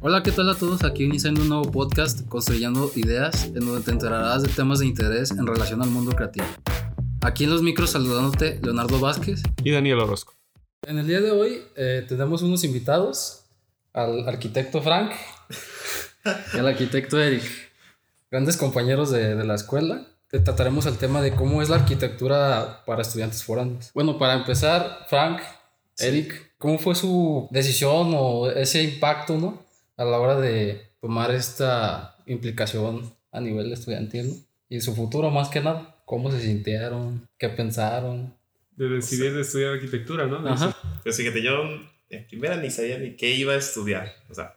Hola, ¿qué tal a todos? Aquí iniciando un nuevo podcast, Construyendo Ideas, en donde te enterarás de temas de interés en relación al mundo creativo. Aquí en los micros saludándote, Leonardo Vázquez. Y Daniel Orozco. En el día de hoy eh, tenemos unos invitados, al arquitecto Frank y al arquitecto Eric, grandes compañeros de, de la escuela. Te trataremos el tema de cómo es la arquitectura para estudiantes foráneos. Bueno, para empezar, Frank, Eric, ¿cómo fue su decisión o ese impacto, no? a la hora de tomar esta implicación a nivel estudiantil ¿no? y su futuro más que nada, cómo se sintieron, qué pensaron. De decidir de estudiar arquitectura, ¿no? Ajá. Pues fíjate, yo en primera ni sabía ni qué iba a estudiar. O sea,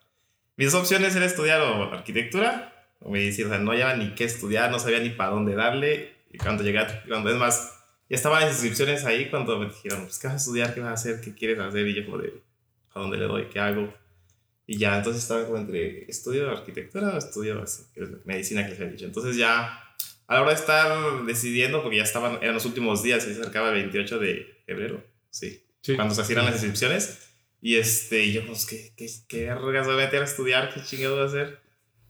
mis opciones era estudiar o arquitectura o medicina. O sea, no había ni qué estudiar, no sabía ni para dónde darle. Y cuando llegué, a- cuando es más, ya estaban las inscripciones ahí cuando me dijeron, pues, ¿qué vas a estudiar? ¿Qué vas a hacer? ¿Qué quieres hacer? Y yo como de, ¿a dónde le doy? ¿Qué hago? Y ya, entonces estaba como entre estudio arquitectura o estudio así, que es lo- medicina que les había dicho. Entonces ya, a la hora de estar decidiendo, porque ya estaban, eran los últimos días, se acercaba el 28 de febrero, sí Sí. cuando se hacían las inscripciones. Y este, y yo, pues, ¿qué, qué, qué vergas voy a meter a estudiar? ¿Qué chingado voy a hacer?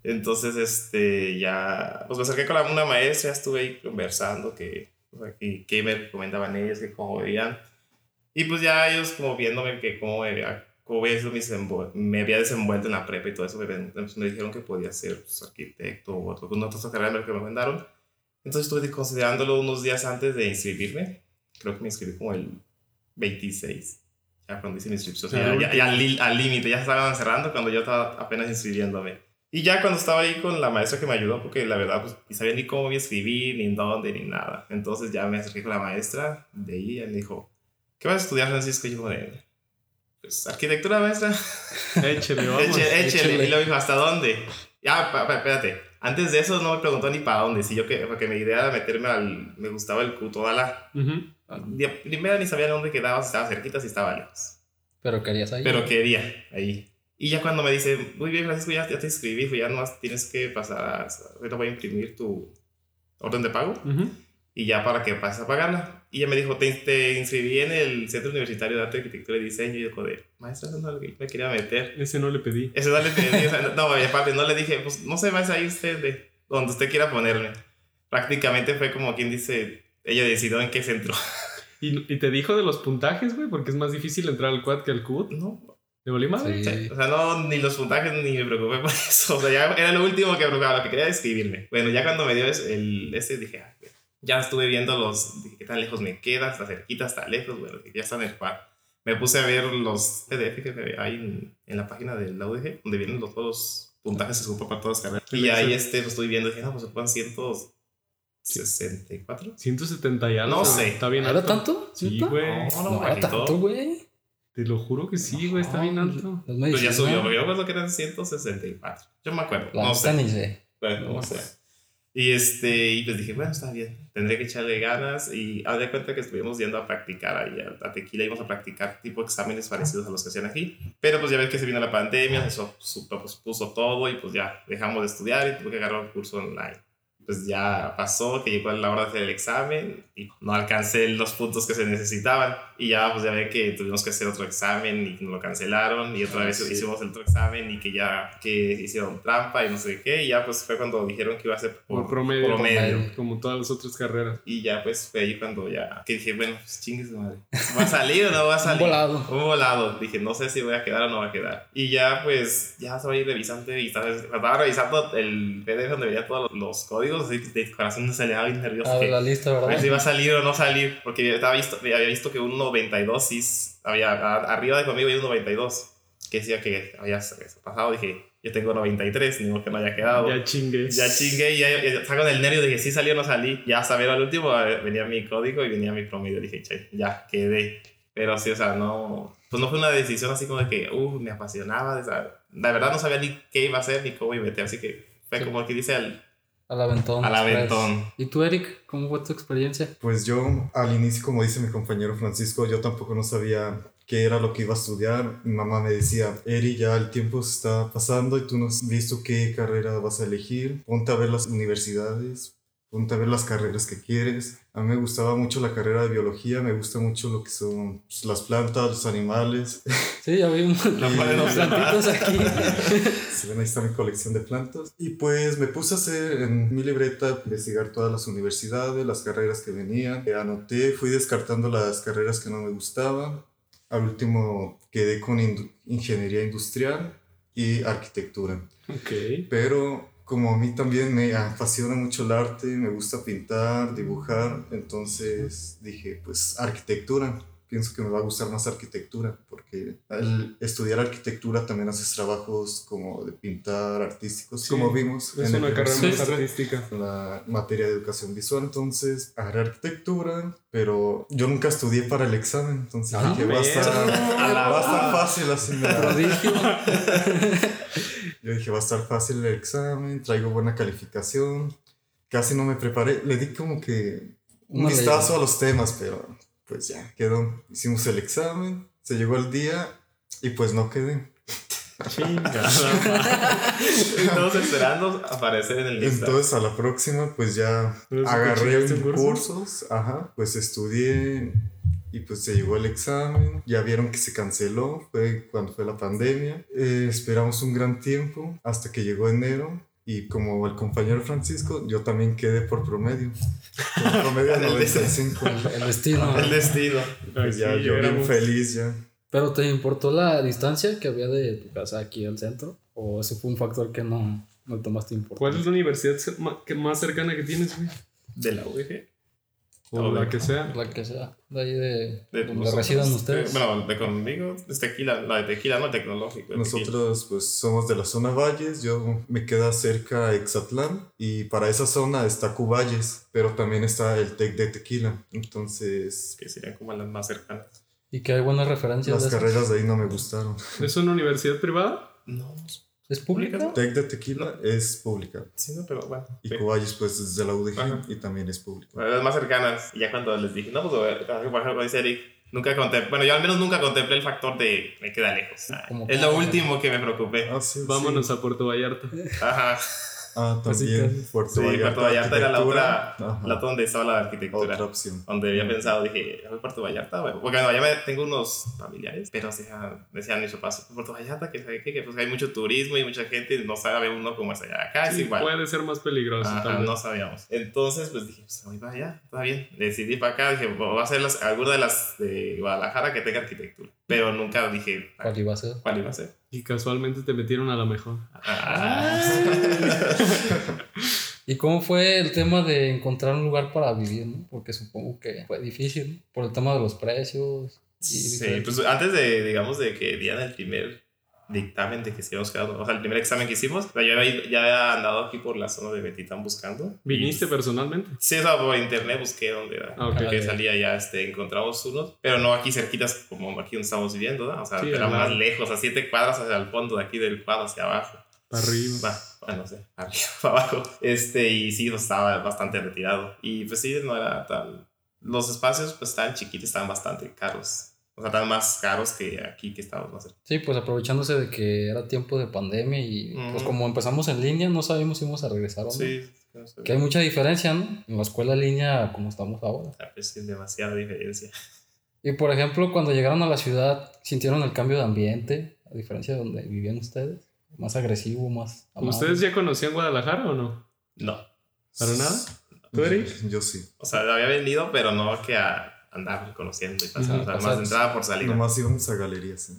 Entonces, este, ya, pues me acerqué con la- una maestra, estuve ahí conversando, que, o sea, que, que me recomendaban ellos, que cómo veían. Y pues ya ellos como viéndome que cómo me había, cómo había sido mi desenvol- me había desenvuelto en la prepa y todo eso, me, pues, me dijeron que podía ser pues, arquitecto o otro, pues, una otra carrera me recomendaron. Entonces estuve considerándolo unos días antes de inscribirme. Creo que me inscribí como el 26. Ya cuando hice mi inscripción. O sea, ya- el ya, ya al li- al límite, ya estaban cerrando cuando yo estaba apenas inscribiéndome. Y ya cuando estaba ahí con la maestra que me ayudó, porque la verdad, pues, ni sabía ni cómo me escribir, ni en dónde, ni nada. Entonces ya me acerqué con la maestra de ahí y ella me dijo, ¿qué vas a estudiar, Francisco? Y yo, como de, pues, arquitectura, maestra. Échele, vamos. Échele, échele. échele. Y luego dijo, ¿hasta dónde? Ya, pa- pa- espérate. Antes de eso no me preguntó ni para dónde. Si yo que, porque mi idea era meterme al. Me gustaba el Cutodala. Ujú. Primero ni sabía dónde quedaba, si estaba cerquita, si estaba lejos. Pero querías ahí. Pero quería, ahí. Y ya cuando me dice, muy bien, Francisco, ya, ya te inscribí, pues ya nomás tienes que pasar a. Ahorita voy a imprimir tu orden de pago Ujú. y ya para que pases a pagarla. Y ella me dijo, te, te inscribí en el Centro Universitario de Arte, Arquitectura y Diseño. Y yo, joder, maestra, eso no es lo que me quería meter. Ese no le pedí. Eso no le pedí, o sea, no, no, y aparte no le dije, pues no sé, más ahí usted, de donde usted quiera ponerme. Prácticamente fue como quien dice, ella decidió en qué centro. ¿Y, y te dijo de los puntajes, güey? Porque es más difícil entrar al quad que al CUT. No, ¿Le valió madre? Sí. O sea, no, ni los puntajes ni me preocupé por eso. O sea, ya era lo último que me preocupaba, lo que quería escribirme. Bueno, ya cuando me dio es- el, ese, dije, ah, ya estuve viendo los, dije, qué tan lejos me queda, está cerquita, está lejos, bueno, ya está en el par. Me puse a ver los PDF que hay en, en la página de la UDG, donde vienen los, todos los puntajes que se ocupan para todas las carreras. El Y ahí Excel. este, lo estoy viendo, dije, no, pues ocupan 164. 170 y algo. No sé. Está bien ¿Era alto. tanto? Sí, ¿Neta? güey. No, no, Pues, No, era bajito. tanto, güey. Te lo juro que sí, güey. Está bien alto. No me Pero Pues ya dices, subió, ¿no? porque yo recuerdo que eran 164. Yo me acuerdo, La no pues, neta sé. ni sé. Bueno, no sé. Y, este, y pues dije, bueno, está bien, tendré que echarle ganas. Y haz de cuenta que estuvimos yendo a practicar ahí a, a Tequila, íbamos a practicar tipo exámenes parecidos a los que hacían aquí. Pero pues ya ves que se vino la pandemia, eso puso todo y pues ya dejamos de estudiar y tuve que agarrar un curso online. Pues ya pasó, que llegó la hora de hacer el examen y no alcancé los puntos que se necesitaban. Y ya pues ya ve que tuvimos que hacer otro examen y nos lo cancelaron y otra Ah, vez sí. hicimos el otro examen y que ya que hicieron trampa y no sé qué. Y ya pues fue cuando dijeron que iba a ser Por por, promedio. promedio. Como todas las otras carreras. Y ya pues fue ahí cuando ya que dije, bueno, pues chingue su madre. ¿Va a salir o no va a Un salir? volado. Un volado. Dije, no sé si voy a quedar o no va a quedar. Y ya, pues, ya estaba ahí revisando y estaba, estaba revisando el PDF donde veía todos los, los códigos. Así que de corazón me salía bien nervioso. A que, Ah, la lista, a ver si ¿verdad? iba a salir o no salir. Porque yo estaba visto, había visto que un 92 sí s- había, a- arriba de conmigo hay un 92. Que decía que había pasado. Dije, yo tengo 93, ni modo que no haya quedado. Ya chingué. Ah, Ya chingué y ya, ya saco del nervio, dije, sí salí o no salí. Ya saber al último, eh, venía mi código y venía mi promedio. Dije, "Chay, ya quedé. Pero sí, o sea, no. Pues no fue una decisión así como de que, uh, me apasionaba. De esa- la verdad no sabía ni qué iba a hacer ni cómo iba a meter. Así que fue Sí. como que dice al, Al aventón. al aventón. ¿Y tú, Eric? ¿Cómo fue tu experiencia? Pues yo al inicio, como dice mi compañero Francisco, yo tampoco no sabía qué era lo que iba a estudiar. Mi mamá me decía, Eri, ya el tiempo se está pasando y tú no has visto qué carrera vas a elegir. Ponte a ver las universidades. ponte a ver las carreras que quieres. A mí me gustaba mucho la carrera de biología, me gusta mucho lo que son pues, las plantas, los animales. Sí, ya vi un- La pueden los observar. plantitos aquí. Si ven, ahí está mi colección de plantas. Y pues me puse a hacer en mi libreta, investigar todas las universidades, las carreras que venían. Eh, Anoté, fui descartando las carreras que no me gustaban. Al último quedé con indu- ingeniería industrial y arquitectura. Ok. Pero como a mí también me apasiona mucho el arte, me gusta pintar, dibujar, entonces dije, pues arquitectura. Pienso que me va a gustar más arquitectura, porque al estudiar arquitectura también haces trabajos como de pintar, artísticos, Sí, como vimos Es una el carrera Sí, primer más sí. semestre, artística. la materia de educación visual, entonces agarré arquitectura, pero yo nunca estudié para el examen, entonces Ah, dije, va a estar, mierda. va a estar fácil así me la- Prodigio. yo dije, va a estar fácil el examen, traigo buena calificación. Casi no me preparé. Le di como que un Una vistazo a los temas, pero pues ya quedó. Hicimos el examen, se llegó el día y pues no quedé. Chingada. Estamos esperando aparecer en el lista. Entonces a la próxima pues ya Pero sí agarré conseguiste un este curso. cursos, ajá, pues estudié y pues se llegó el examen, ya vieron que se canceló, fue cuando fue la pandemia, Eh, esperamos un gran tiempo hasta que llegó enero y como el compañero Francisco, yo también quedé por promedio, por promedio de 95, El, el destino. Ah, el destino. pues ya Aquí yo bien éramos- feliz ya. Pero ¿te importó la distancia que había de tu casa aquí al centro? ¿O ese fue un factor que no, no tomaste ¿Cuál es importancia? la universidad se- ma- que más cercana que tienes, güey? De la UG. O la que sea. La que sea, de ahí de, De donde nosotros. residan ustedes. De- bueno, de conmigo es tequila, la de tequila, no tecnológico. de tequila. Nosotros pues somos de la zona Valles, yo me queda cerca Exatlán y para esa zona está Cuballes, pero también está el Tec de Tequila, entonces Que serían como las más cercanas. Y que hay buenas referencias. Las de eso. carreras de ahí no me gustaron. ¿Es una universidad privada? No, ¿Es pública? Tec de Tequila es pública. sí, no, pero bueno. Y sí. Cubayes, pues, es de la UDG Ajá. y también es pública. Bueno, las más cercanas. Y ya cuando les dije, no, pues, eh, por ejemplo, como dice Eric, nunca contemplé, bueno, yo al menos nunca contemplé el factor de me queda lejos. Ah, Como es que- lo último que me preocupé. Ah, sí, sí. Vámonos a Puerto Vallarta. Ajá. Ah, Así también que- Puerto Sí, Vallarta. Puerto Vallarta era la otra, arquitectura. Ajá. la otra donde estaba la de arquitectura. Otra opción. Donde había pensado, dije, voy a Puerto Vallarta, bueno, porque bueno, ya me- tengo unos familiares, pero o sea, decían mis papás, Puerto Vallarta, que, sabe qué, que pues hay mucho turismo y mucha gente, y no sabe uno cómo es allá. Acá es Sí, igual. puede ser más peligroso Ah, Ajá, también. no sabíamos. Entonces, pues dije, pues voy para allá, está bien. Decidí para acá, dije, "Bueno, va a ser las, alguna de las de Guadalajara que tenga arquitectura. Pero nunca dije "Ah, ¿Cuál iba a ser? cuál iba a ser. Y casualmente te metieron a la mejor. Ah. ¿Y cómo fue el tema de encontrar un lugar para vivir? ¿no? Porque supongo que fue difícil, ¿no? por el tema de los precios. y sí, diferentes- pues antes de, digamos, de que dieran el primer dictamen de que se habíamos quedado, o sea, el primer examen que hicimos, o sea, yo había ido- ya había andado aquí por la zona de Betitán buscando. ¿Viniste personalmente? Sí, o sea, por internet busqué dónde era. Ah, ok. Que Ok. salía ya, este, encontramos unos, pero no aquí cerquitas como aquí donde estamos viviendo, ¿no? O sea, Sí, era al lado. más lejos, a siete cuadras hacia el fondo de aquí del cuadro hacia abajo. Para arriba. Va, va, no sé, arriba, para abajo. Este, y sí, pues, estaba bastante retirado. Y pues sí, no era tan. Los espacios, pues estaban chiquitos, estaban bastante caros. O sea, estaban más caros que aquí que estábamos más cerca. Sí, pues aprovechándose de que era tiempo de pandemia y pues Ujú. como empezamos en línea, no sabíamos si íbamos a regresar o no. Sí, no sé. Que hay mucha diferencia, ¿no? En la escuela en línea como estamos ahora. Ah, pues, sí, es demasiada diferencia. Y por ejemplo, cuando llegaron a la ciudad, ¿sintieron el cambio de ambiente? A diferencia de donde vivían ustedes. Más agresivo, más... amable. ¿Ustedes ya conocían Guadalajara o no? No. ¿Para nada? ¿Tú, Eric? Yo sí. O sea, había venido, pero no que a andar conociendo y Ujú, pasando. o sea, o sea, más de entrada por salida. Nomás íbamos a galerías. ¿eh?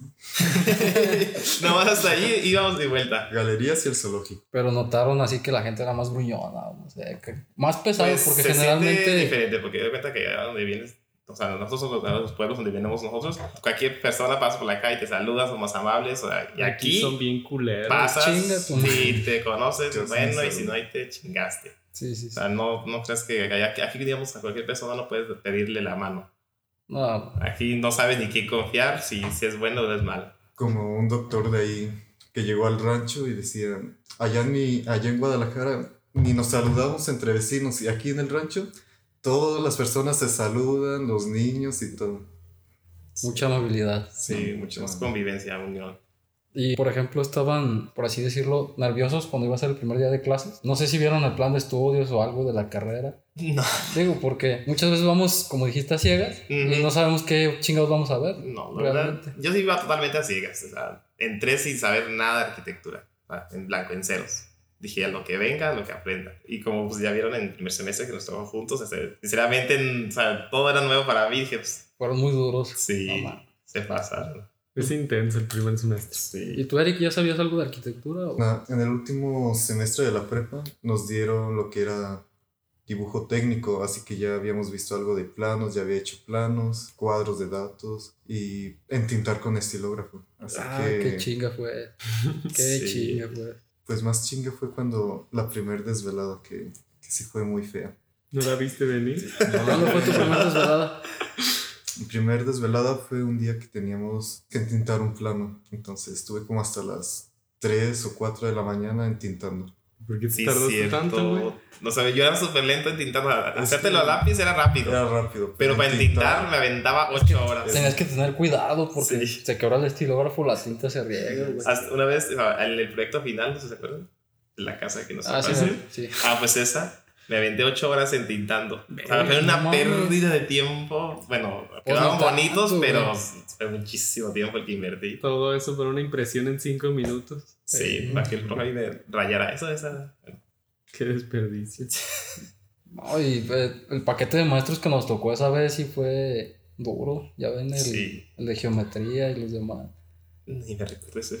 ¿no? Nomás hasta ahí íbamos de vuelta. Galerías y el zoológico. Pero notaron así que la gente era más gruñona, o no sé, que- más pesado Pues, porque se siente generalmente... diferente, porque de cuenta que a donde vienes, o sea, nosotros somos los, los pueblos donde venimos nosotros, cualquier persona pasa por la calle, te saluda, son más amables, o sea, y aquí, son bien culeros. pasas, Chinga tu madre. si te conoces, Yo sí me bueno, y saludo. si no, ahí te chingaste. Sí, sí, O sí. sea, no, no crees que aquí, aquí, digamos, a cualquier persona no puedes pedirle la mano. No, Aquí no sabes ni quién confiar, si, si es bueno o es malo. Como un doctor de ahí que llegó al rancho y decía, allá en, mi, allá en Guadalajara ni nos saludamos entre vecinos y aquí en el rancho todas las personas se saludan, los niños y todo. mucha amabilidad. Sí, mucho más convivencia, unión. Y, por ejemplo, estaban, por así decirlo, nerviosos cuando iba a ser el primer día de clases. No sé si vieron el plan de estudios o algo de la carrera. No, Digo, porque muchas veces vamos, como dijiste, a ciegas y Ujú. no sabemos qué chingados vamos a ver. no, la verdad. Realmente. Yo sí iba totalmente a ciegas. O sea, entré sin saber nada de arquitectura. o sea, En blanco, en ceros. Dije, a lo que venga, a lo que aprenda. Y como pues, ya vieron en el primer semestre que nos tocó juntos, o sea, sinceramente, en- o sea, todo era nuevo para mí. Dije, pues, Fueron muy duros. sí, No, man. se pasaron. Es intenso el primer semestre. ¿Y Sí. tú, Eric, ya sabías algo de arquitectura? Eh, o- Na- en el último semestre de la prepa nos dieron lo que era dibujo técnico, así que ya habíamos visto algo de planos, ya había hecho planos, cuadros de datos y entintar con estilógrafo. Así Ah, que qué chinga fue. Qué Sí. chinga fue. pues más chinga fue cuando la primer desvelada que, que sí fue muy fea. ¿No la viste venir? Ah, ¿Cuándo fue tu primera desvelada? Mi primer desvelada fue un día que teníamos que entintar un plano, entonces estuve como hasta las 3 o 4 de la mañana entintando. ¿Por qué te Sí, tardaste cierto. tanto, güey? No sé, yo era súper lento en tintar. que- Hacértelo a lápiz era rápido. Era rápido. pero para entintar me aventaba 8 horas. Tenías que tener cuidado porque Sí. se quebra el estilógrafo, la cinta se riega, güey. Hasta una vez, o sea, en el proyecto final, no sé si se acuerdan, la casa que nos Ah, sí, aparece. sí. Ah, pues esa. Me aventé ocho horas entintando. O sea, Verga, fue una no mames. Pues pérdida de tiempo. Bueno, quedaron tanto, bonitos, güey. pero fue muchísimo tiempo el que invertí. Todo eso por una impresión en cinco minutos. Sí, Sí. para que el profe ahí me rayara eso, esa. Qué desperdicio. No, y eh, el paquete de maestros que nos tocó esa vez sí fue duro. Ya ven el, Sí. el de geometría y los demás. Ni me recuerdo ese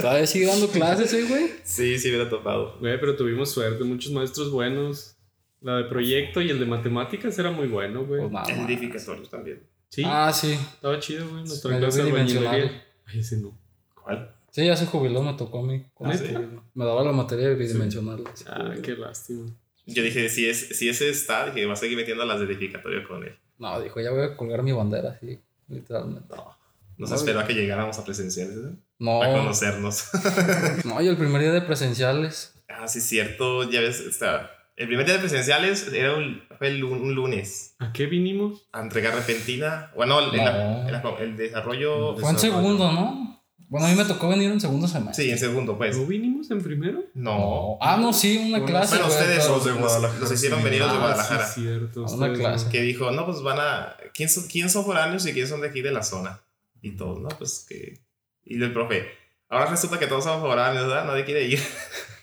Todavía sigue dando clases, eh, güey. Sí, sí, hubiera topado. Güey, pero tuvimos suerte, muchos maestros buenos. La de proyecto y el de matemáticas era muy bueno, güey. Pues nada. El más. edificatorio también. Sí, Ah, sí. estaba chido, güey. Nuestra Me clase de había dimensionado. albañilería. Ay, ese no. ¿Cuál? Sí, ya se jubiló, me tocó a mí. Con Ah, el ¿sí? jubiló. Me daba la materia bidimensional. Ah, qué lástima. Yo dije, si, es, si ese está, dije, va a seguir metiendo las de edificatorio con él. No, dijo, ya voy a colgar mi bandera, sí, literalmente. No. Nos No, esperó a que llegáramos a presenciales, ¿eh? No, a conocernos. no, y el primer día de presenciales. Ah, sí, cierto. Ya ves, o sea, el primer día de presenciales era un, fue el lu- un lunes. ¿A qué vinimos? A entregar repentina. Bueno, el, el- No. el- el desarrollo. Fue en Desarrollo. segundo, ¿no? Bueno, a mí me tocó venir en segundo semestre. Sí, en segundo, pues. ¿No vinimos en primero? No. Ah, no, sí, una Una- clase. Bueno, güey, ustedes claro. Los de nos- Guadalajara nos hicieron sí venir los de Ah, Guadalajara. sí, cierto. una ustedes clase. Que dijo, no, pues van a. ¿Quién son, quién son foráneos y quién son de aquí de la zona? Y todos, ¿no? Pues que. Y el profe, ahora resulta que todos son foráneos, ¿verdad? Nadie quiere ir.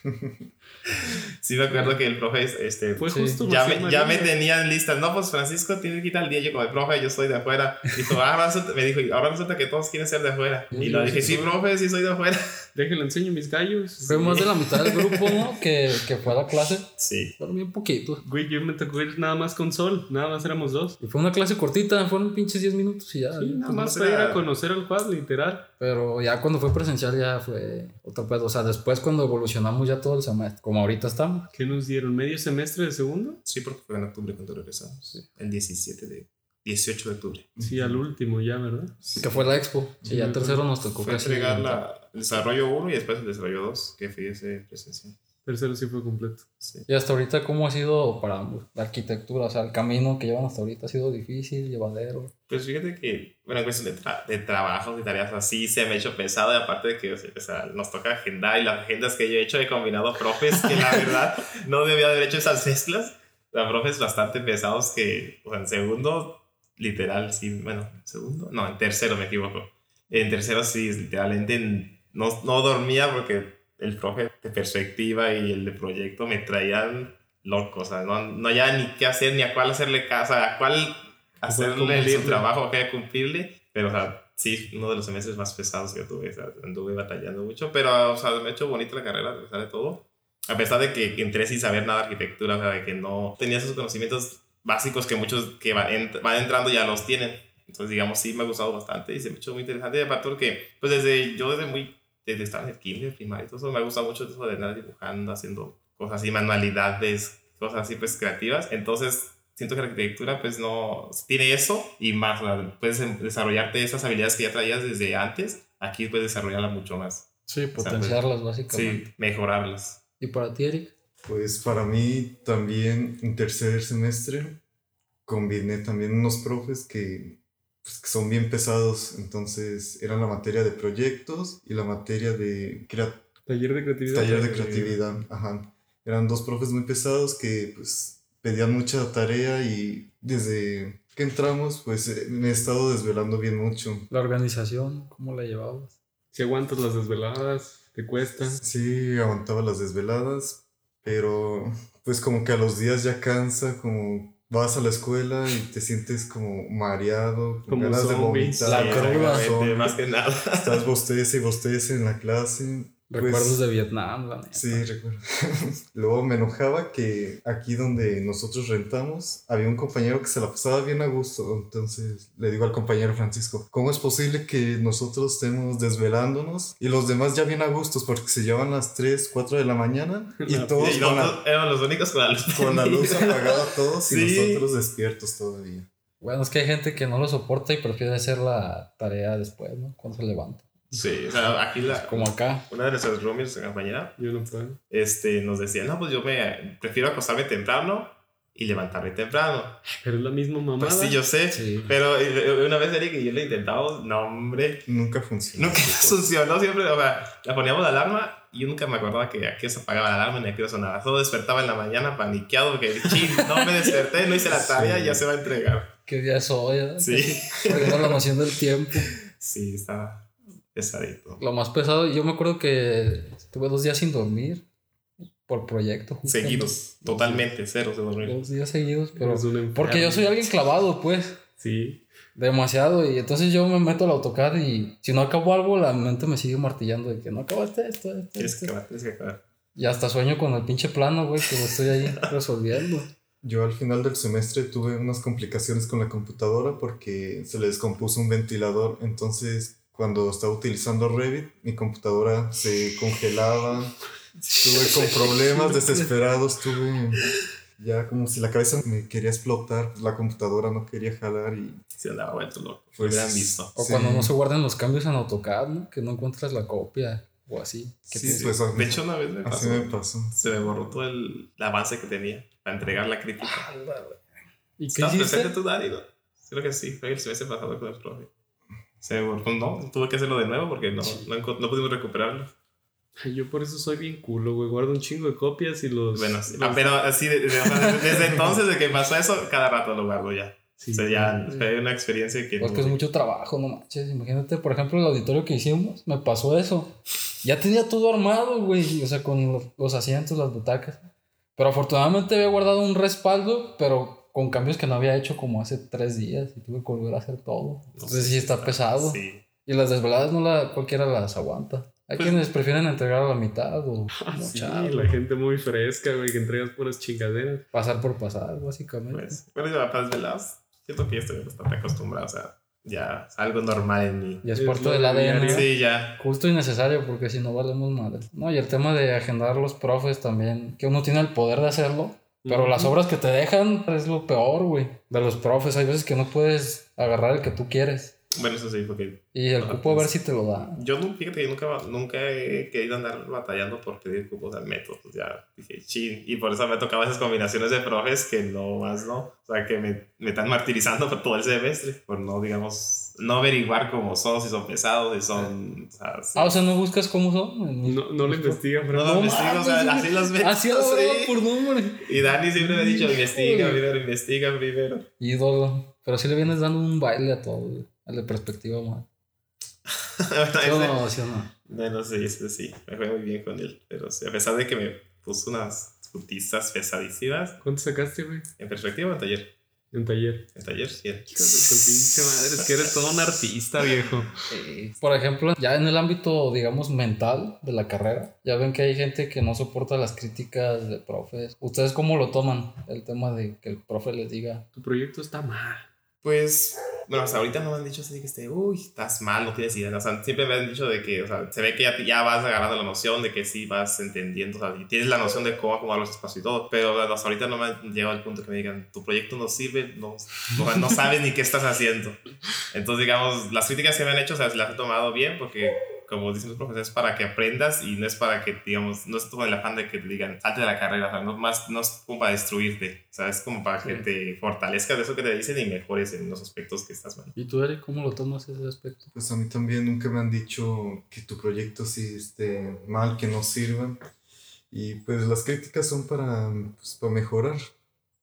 sí, me acuerdo que el profe, este. no. Fue Sí. justo. Ya José me, María, ya me güey. tenían lista. No, pues Francisco tiene que ir al día. Yo, como el profe, yo soy de afuera. Dijo, ah, ahora resulta- me dijo, "Y ahora resulta que todos quieren ser de afuera. Sí, Y le dije, sí, sí, sí. profe, sí soy de afuera. Déjenle enseño mis gallos. Fue más de la mitad del grupo, ¿no? Que, que fue a la clase. Sí. Fueron bien poquitos. Güey, yo me tocó ir nada más con Sol. Nada más éramos dos. Y fue una clase cortita, fueron pinches 10 minutos y ya. Sí, nada pues, más no para ir será- a conocer al cuadro, literal. Pero ya cuando fue presencial ya fue otro pedo. O sea, después cuando evolucionamos ya todo el semestre, como ahorita estamos. ¿Qué nos dieron? ¿Medio semestre de segundo? Sí, porque fue en octubre cuando regresamos. Sí. El 17 de. 18 de octubre. Sí, al último ya, ¿verdad? Que fue la expo. Y Sí, ya me tercero nos tocó Fue casi entregar la- la, el desarrollo 1 y después el desarrollo 2, que fue ese presencial. Tercero sí fue completo. Sí. Y hasta ahorita, ¿cómo ha sido para ambos? La arquitectura, o sea, el camino que llevan hasta ahorita ha sido difícil, llevadero. Pues fíjate que, bueno, en cuestión de, tra- de trabajos y tareas así, se me ha hecho pesado. Y aparte de que, o sea, nos toca agendar y las agendas que yo he hecho he combinado profes que la verdad no debía haber hecho esas mezclas. La profes bastante pesados que, o sea, en segundo, literal, sí, bueno, en segundo, no, en tercero me equivoco. En tercero sí, literalmente en- no, no dormía porque el profe de perspectiva y el de proyecto me traían loco, o sea, no, no ya ni qué hacer, ni a cuál hacerle caso, a cuál hacerle su cumplirle. trabajo, a qué cumplirle, pero o sea, sí, uno de los semestres más pesados que tuve, o sea, anduve batallando mucho, pero o sea, me ha hecho bonita la carrera a pesar de todo, a pesar de que entré sin saber nada de arquitectura, o sea, de que no tenía esos conocimientos básicos que muchos que van, ent- van entrando ya los tienen. Entonces, digamos, sí me ha gustado bastante y se me ha hecho muy interesante. Y aparte porque, pues desde, yo desde muy, desde estar en el kinder, primaria y todo eso, me ha gustado mucho eso de andar dibujando, haciendo cosas así, manualidades, cosas así, pues creativas. Entonces, siento que la arquitectura, pues no, tiene eso y más, o sea, puedes em- desarrollarte esas habilidades que ya traías desde antes, aquí puedes desarrollarla mucho más. Sí, potenciarlas básicamente. Sí, mejorarlas. ¿Y para ti, Eric? Pues para mí también en tercer semestre combiné también unos profes que pues, pues, que son bien pesados. Entonces eran la materia de proyectos y la materia de crea- Taller de creatividad. eh, taller de creatividad. Ajá. Eran dos profes muy pesados que pues pedían mucha tarea y desde que entramos pues eh, me he estado desvelando bien mucho. La organización, ¿cómo la llevabas? Si aguantas las desveladas, te cuesta. Sí, aguantaba las desveladas, pero pues como que a los días ya cansa, como vas a la escuela y te sientes como mareado, con Como ganas de zombie. vomitar. La Sí, cruda. exactamente, más que nada. Estás bostece y bostece en la clase. Pues, Recuerdos de Vietnam, la neta. Sí, recuerdo. Luego me enojaba que aquí donde nosotros rentamos había un compañero que se la pasaba bien a gusto. Entonces le digo al compañero Francisco, ¿cómo es posible que nosotros estemos desvelándonos y los demás ya bien a gustos porque se llevan las 3, 4 de la mañana y La- todos Y con la, nosotros éramos los únicos con la luz. con la luz prendida. apagada todos y Sí. nosotros despiertos todavía? Bueno, es que hay gente que no lo soporta y prefiere hacer la tarea después, ¿no? Cuando se levanta. Sí, o sea, aquí la, Como acá. una de nuestras roomies, nuestra compañera, Yo no puedo. este, nos decía, no, pues yo me prefiero acostarme temprano y levantarme temprano. Pero es la misma mamada. Pues sí, yo sé. Sí. Pero eh, una vez Eric y yo lo intentamos, no, hombre. Nunca funcionó. Nunca funcionó siempre. O sea, la poníamos la alarma y yo nunca me acordaba que a qué hora se apagaba la alarma ni a qué hora sonaba. Solo despertaba en la mañana paniqueado porque, ching, no me desperté, no hice la tarea, Sí. ya se va a entregar. ¿Qué día es hoy? eh? Sí, Perdiendo la noción del tiempo. sí, estaba pesadito. Lo más pesado, yo me acuerdo que estuve dos días sin dormir por proyecto. justamente. Seguidos, totalmente, ceros de dormir. Dos días seguidos, pero... Eres un enfermo. Porque yo soy alguien clavado, pues. Sí. Demasiado. Y entonces yo me meto al AutoCAD y si no acabo algo, la mente me sigue martillando de que no acabaste esto, esto, Tienes esto". que acabar, tienes que acabar. Y hasta sueño con el pinche plano, güey, que lo estoy ahí resolviendo. Yo al final del semestre tuve unas complicaciones con la computadora porque se le descompuso un ventilador, entonces cuando estaba utilizando Revit mi computadora se congelaba, estuve con problemas desesperados, tuve ya como si la cabeza me quería explotar, la computadora no quería jalar y Se andaba vuelto loco. pues hubieran visto. O sí. cuando no se guardan los cambios en AutoCAD, ¿no? Que no encuentras la copia o así. Que Sí, te- pues a mí- De hecho, una vez me así pasó. me pasó. Se me borró todo el, el avance que tenía para entregar la crítica. Ah, la verga. ¿Y qué ¿Estabas hiciste? presente tú, Dani? no? Creo que sí, fue el semestre pasado con el profe. Se me borró. No, tuve que hacerlo de nuevo porque no, no, encon- no pudimos recuperarlo. Ay, Yo por eso soy bien culo, güey. Guardo un chingo de copias y Pues, los. Bueno, sí. los- Ah, pero así, de- de- o sea, desde, entonces de que pasó eso, cada rato lo guardo ya. Sí. o sea, ya fue una experiencia que. Porque no- es Pues, mucho trabajo, no manches. Imagínate, por ejemplo, el auditorio que hicimos, me pasó eso. Ya tenía todo armado, güey. O sea, con los, los asientos, las butacas. Pero afortunadamente había guardado un respaldo, pero con cambios que no había hecho como hace tres días. Y tuve que volver a hacer todo. Entonces sí está pesado. Sí. Y las desveladas no la, cualquiera las aguanta. Hay Pues- quienes prefieren entregar a la mitad o Ah, sí, mochar, la gente muy fresca, güey, que entregas puras chingaderas. pasar por pasar, básicamente. Pues, bueno, ya para desvelados, siento que ya estoy bastante acostumbrado. O sea, ya es algo normal en mí. y es, es parte lo del ADN. diario. Sí, ya. Justo y necesario porque si no valemos madre. No, y el tema de agendar los profes también, que uno tiene el poder de hacerlo, pero las obras que te dejan es lo peor, güey. De los profes, hay veces que no puedes agarrar el que tú quieres. Bueno, eso sí, porque Y el Ah, cupo a ver pues. si te lo da. Yo no, fíjate, yo nunca, nunca he querido andar batallando por pedir cupos al método. Pues ya dije, chin. Y por eso me tocaba esas combinaciones de profes que no más no. O sea, que me, me están martirizando por todo el semestre. Por no, digamos, no averiguar cómo son, si son pesados, si son. O sea, sí. Ah, o sea, no buscas cómo son. Ni- No, no lo investiga, no pero los Pues, no investigo, o sea, mames, así los meto. Así lo sí. por nombre. Y Dani siempre me ha dicho, investiga primero, investiga primero. Ídolo. Pero si le vienes dando un baile a todo, güey. Al de perspectiva, más. Bueno, Sí o ese- no, sí o no. Bueno, sí, sí, sí, me fue muy bien con él. Pero sí, a pesar de que me puso unas putizas pesadísimas, ¿Cuánto sacaste, güey? en perspectiva, en taller. En taller. En taller, bien. Hijo de tu pinche madre, es que eres todo un artista, viejo. Eh, Por ejemplo, ya en el ámbito, digamos, mental de la carrera, ya ven que hay gente que no soporta las críticas de profes. ¿Ustedes cómo lo toman el tema de que el profe les diga? Tu proyecto está mal. Pues, bueno, hasta ahorita no me han dicho así de que esté, uy, estás mal, no tienes idea. O sea, siempre me han dicho de que, o sea, se ve que ya, ya vas agarrando la noción de que sí vas entendiendo, o sea, y tienes la noción de cómo acomodar los espacios y todo. Pero bueno, hasta ahorita no me han llegado al punto que me digan, tu proyecto no sirve, no, no, no sabes ni qué estás haciendo. Entonces, digamos, las críticas que me han hecho, o sea, las he tomado bien porque como dicen los profesores, es para que aprendas y no es para que, digamos, no es como el afán de que te digan, salte de la carrera, o sea, no, más, no es como para destruirte, o sea, es como para que Sí. te fortalezcas de eso que te dicen y mejores en los aspectos que estás mal. ¿Y tú, Eric, cómo lo tomas ese aspecto? Pues a mí también nunca me han dicho que tu proyecto sí esté mal, que no sirva. Y pues las críticas son para, pues, para mejorar.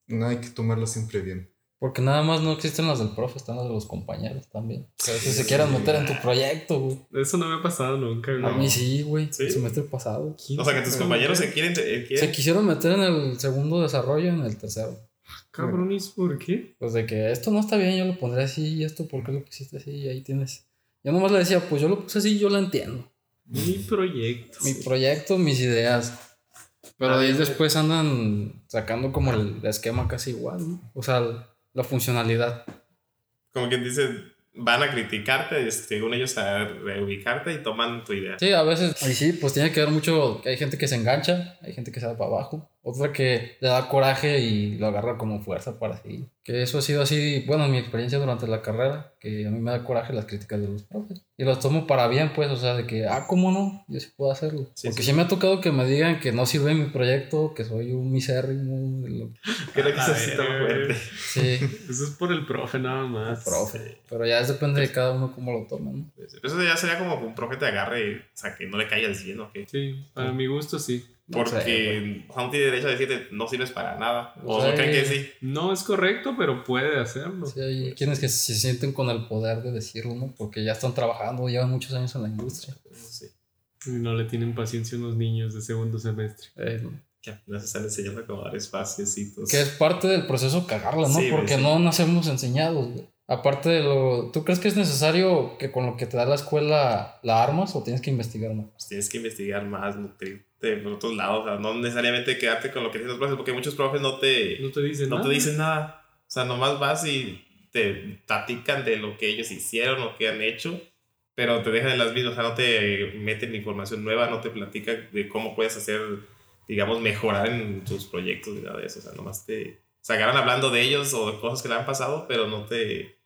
No hay que tomarlas siempre bien. Porque nada más no existen las del profe, están las de los compañeros también. Que a veces se quieran Sí. meter en tu proyecto, güey. Eso no me ha pasado nunca, A güey. mí sí, güey. ¿Sí? El semestre pasado. O sea, que tus compañeros se quieren, eh, Se quieren quisieron meter en el segundo desarrollo, en el tercero. Cabrones, ¿por qué? Pues de que esto no está bien, yo lo pondré así, y esto, ¿por qué lo pusiste así? Y ahí tienes. Yo nomás le decía, pues yo lo puse así, yo lo entiendo. Mi proyecto. Mi proyecto, mis ideas. Pero Ah, de ahí bien, güey. después andan sacando como el esquema casi igual, ¿no? O sea, la funcionalidad. como quien dice, van a criticarte, este, según ellos a reubicarte y toman tu idea. Sí, a veces. Y sí, pues tiene que ver mucho. que Hay gente que se engancha, hay gente que se va para abajo, otra que le da coraje y lo agarra como fuerza para seguir. Que eso ha sido así, bueno, en mi experiencia durante la carrera, que a mí me da coraje las críticas de los profes. Y las tomo para bien, pues, o sea, de que, ah, ¿cómo no? Yo sí puedo hacerlo. Sí, Porque sí. sí. me ha tocado que me digan que no sirve mi proyecto, que soy un misérrimo. de lo- Creo que A eso sí está ver, fuerte. Sí, Eso es por el profe nada más. profe. Pero ya es depende de cada uno cómo lo toma, ¿no? Eso ya sería como que un profe te agarre, o sea, que no le caiga el bien o qué. Sí, para mi gusto sí. No sé, Porque o sea, no tiene derecho a decirte no sirves para nada. O, O sea, no creen que eh, sí. No es correcto, pero puede hacerlo. Sí, hay quienes que se sienten con el poder de decirlo, ¿no? Porque ya están trabajando, llevan muchos años en la industria. Sí. Y no le tienen paciencia unos niños de segundo semestre. Eh, Que apenas están enseñando como varios pasecitos. que es parte del proceso cagarla, ¿no? Sí, güey, Porque sí. no nacemos enseñados, güey. Aparte de lo... ¿Tú crees que es necesario que con lo que te da la escuela la armas o tienes que investigar más? Pues tienes que investigar más, nutrirte por otros lados. O sea, no necesariamente quedarte con lo que dicen los profes, porque muchos profes no te, No te dicen no nada. te dicen nada. O sea, nomás vas y te platican de lo que ellos hicieron o que han hecho, pero te dejan en las mismas. O sea, no te meten información nueva, no te platican de cómo puedes hacer, digamos, mejorar en tus proyectos ni nada de eso. O sea, nomás te. Se agarran hablando de ellos o de cosas que le han pasado, pero no te,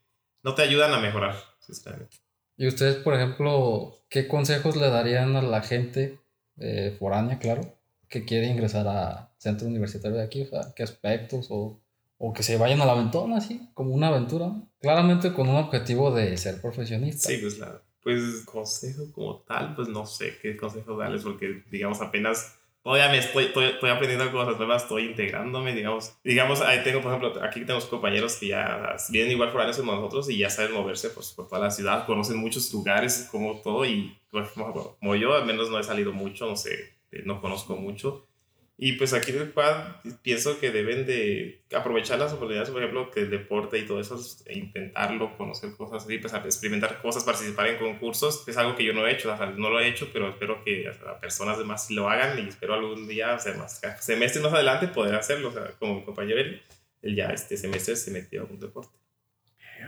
no te ayudan a mejorar, sinceramente. Y ustedes, por ejemplo, ¿qué consejos le darían a la gente eh, foránea, claro, que quiere ingresar a centro universitario de aquí? O sea, ¿qué aspectos? O, o que se vayan a la aventón, así, como una aventura. ¿no? Claramente con un objetivo de ser profesionista. Sí, pues, la, pues consejo como tal, pues no sé qué consejo darles, porque digamos apenas todavía me estoy, estoy, estoy aprendiendo cosas nuevas, estoy integrándome, digamos. Digamos, ahí tengo, por ejemplo, aquí tenemos compañeros que ya vienen igual foráneos como nosotros y ya saben moverse pues, por toda la ciudad, conocen muchos lugares, como todo, y pues, como, como yo al menos no he salido mucho, no sé, eh, no conozco mucho. Y pues aquí en el cual pienso que deben de aprovechar las oportunidades, por ejemplo, que el deporte y todo eso, es- e intentarlo, conocer cosas así, pues, experimentar cosas, participar en concursos, es algo que yo no he hecho, o sea, no lo he hecho, pero espero que o sea, personas demás lo hagan y espero algún día, o sea, más, semestres más adelante poder hacerlo, o sea, como mi compañero, él, él ya este semestre se metió a algún deporte.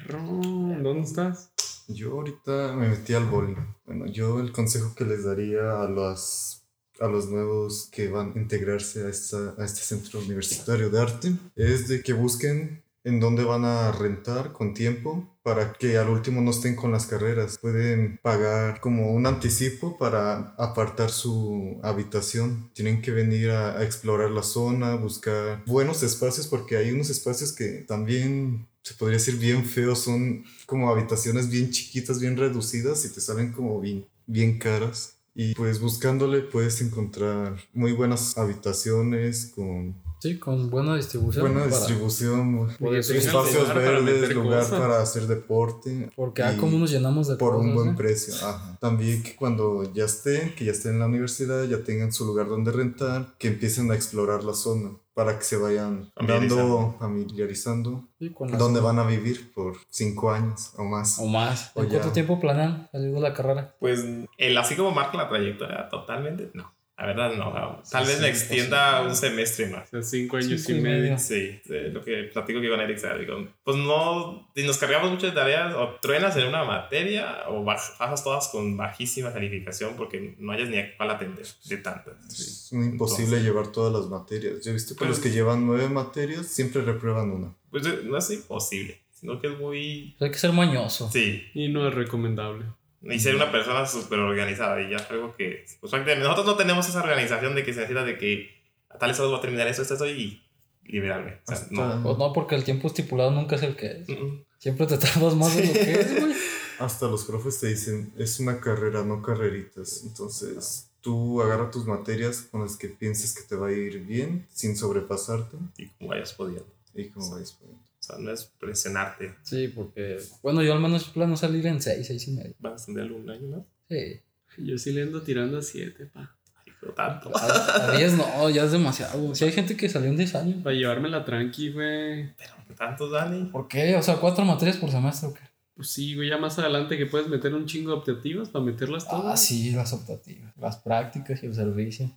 Perro, ¿Dónde estás? Yo ahorita me metí al boli. Bueno, yo el consejo que les daría a los, a los nuevos que van a integrarse a, esta, a este centro universitario de arte es de que busquen en dónde van a rentar con tiempo para que al último no estén con las carreras. Pueden pagar como un anticipo para apartar su habitación. Tienen que venir a, a explorar la zona, buscar buenos espacios porque hay unos espacios que también se podría decir bien feos, son como habitaciones bien chiquitas, bien reducidas y te salen como bien, bien caras. Y pues buscándole puedes encontrar muy buenas habitaciones con Sí, con buena distribución. buena Pues para- distribución, Porque Sí, tengan espacios lugar para verdes, meter lugar cosas. para hacer deporte. Porque y ah, como nos llenamos de por un cosas, ¿eh? buen ¿no? precio. ajá. También que cuando ya estén, que ya estén en la universidad, ya tengan su lugar donde rentar, que empiecen a explorar la zona para que se vayan dando Familiarizando. familiarizando Sí, con las- dónde van a vivir por cinco años o más. O más. O ¿En cuánto ya. tiempo planean salir de la carrera? Pues el así como marca la trayectoria, totalmente no. La verdad no. o sea, Sí, Tal vez sí, me pues, extienda sí. un semestre más. O sea, cinco años Cinco y y medio. medio. Sí, eh, lo que platico que con Eric, ¿sabes? Digo, pues no, si nos cargamos muchas tareas, o truenas en una materia, o baj- bajas todas con bajísima calificación porque no hayas ni a cuál atender de tantas. Es muy imposible llevar todas las materias. Yo he visto que Pero- los que llevan nueve materias siempre reprueban una. Pues eh, no es imposible, sino que es muy... Pues hay que ser mañoso. Sí, Y no es recomendable. Y ser una persona súper organizada y ya es algo que, pues prácticamente, nosotros no tenemos esa organización de que se necesita de que a tales horas voy a terminar esto, esto, esto y liberarme. O sea, Hasta, no. Pues no, porque el tiempo estipulado nunca es el que es. Mm, Siempre te tardas más de lo que es, güey. hasta los profes te dicen, es una carrera, no carreritas. Entonces, tú agarra tus materias con las que pienses que te va a ir bien, sin sobrepasarte. Y como vayas podiendo. O Y como vayas poniendo. sea, no es presionarte. Sí, porque, bueno, yo al menos plano salir en 6, 6 y medio. Vas a tener un año más. Sí. Yo sí le ando tirando a 7, pa. Ay, pero tanto. A, a 10 no, ya es demasiado. Si hay gente que salió en 10 años. Para llevármela tranqui, güey. Pero tanto, Dani. ¿Por qué? O sea, cuatro materias por semestre o qué? Pues sí, güey, ya más adelante que puedes meter un chingo de optativas para meterlas todas. Ah, sí, las optativas, las prácticas y el servicio.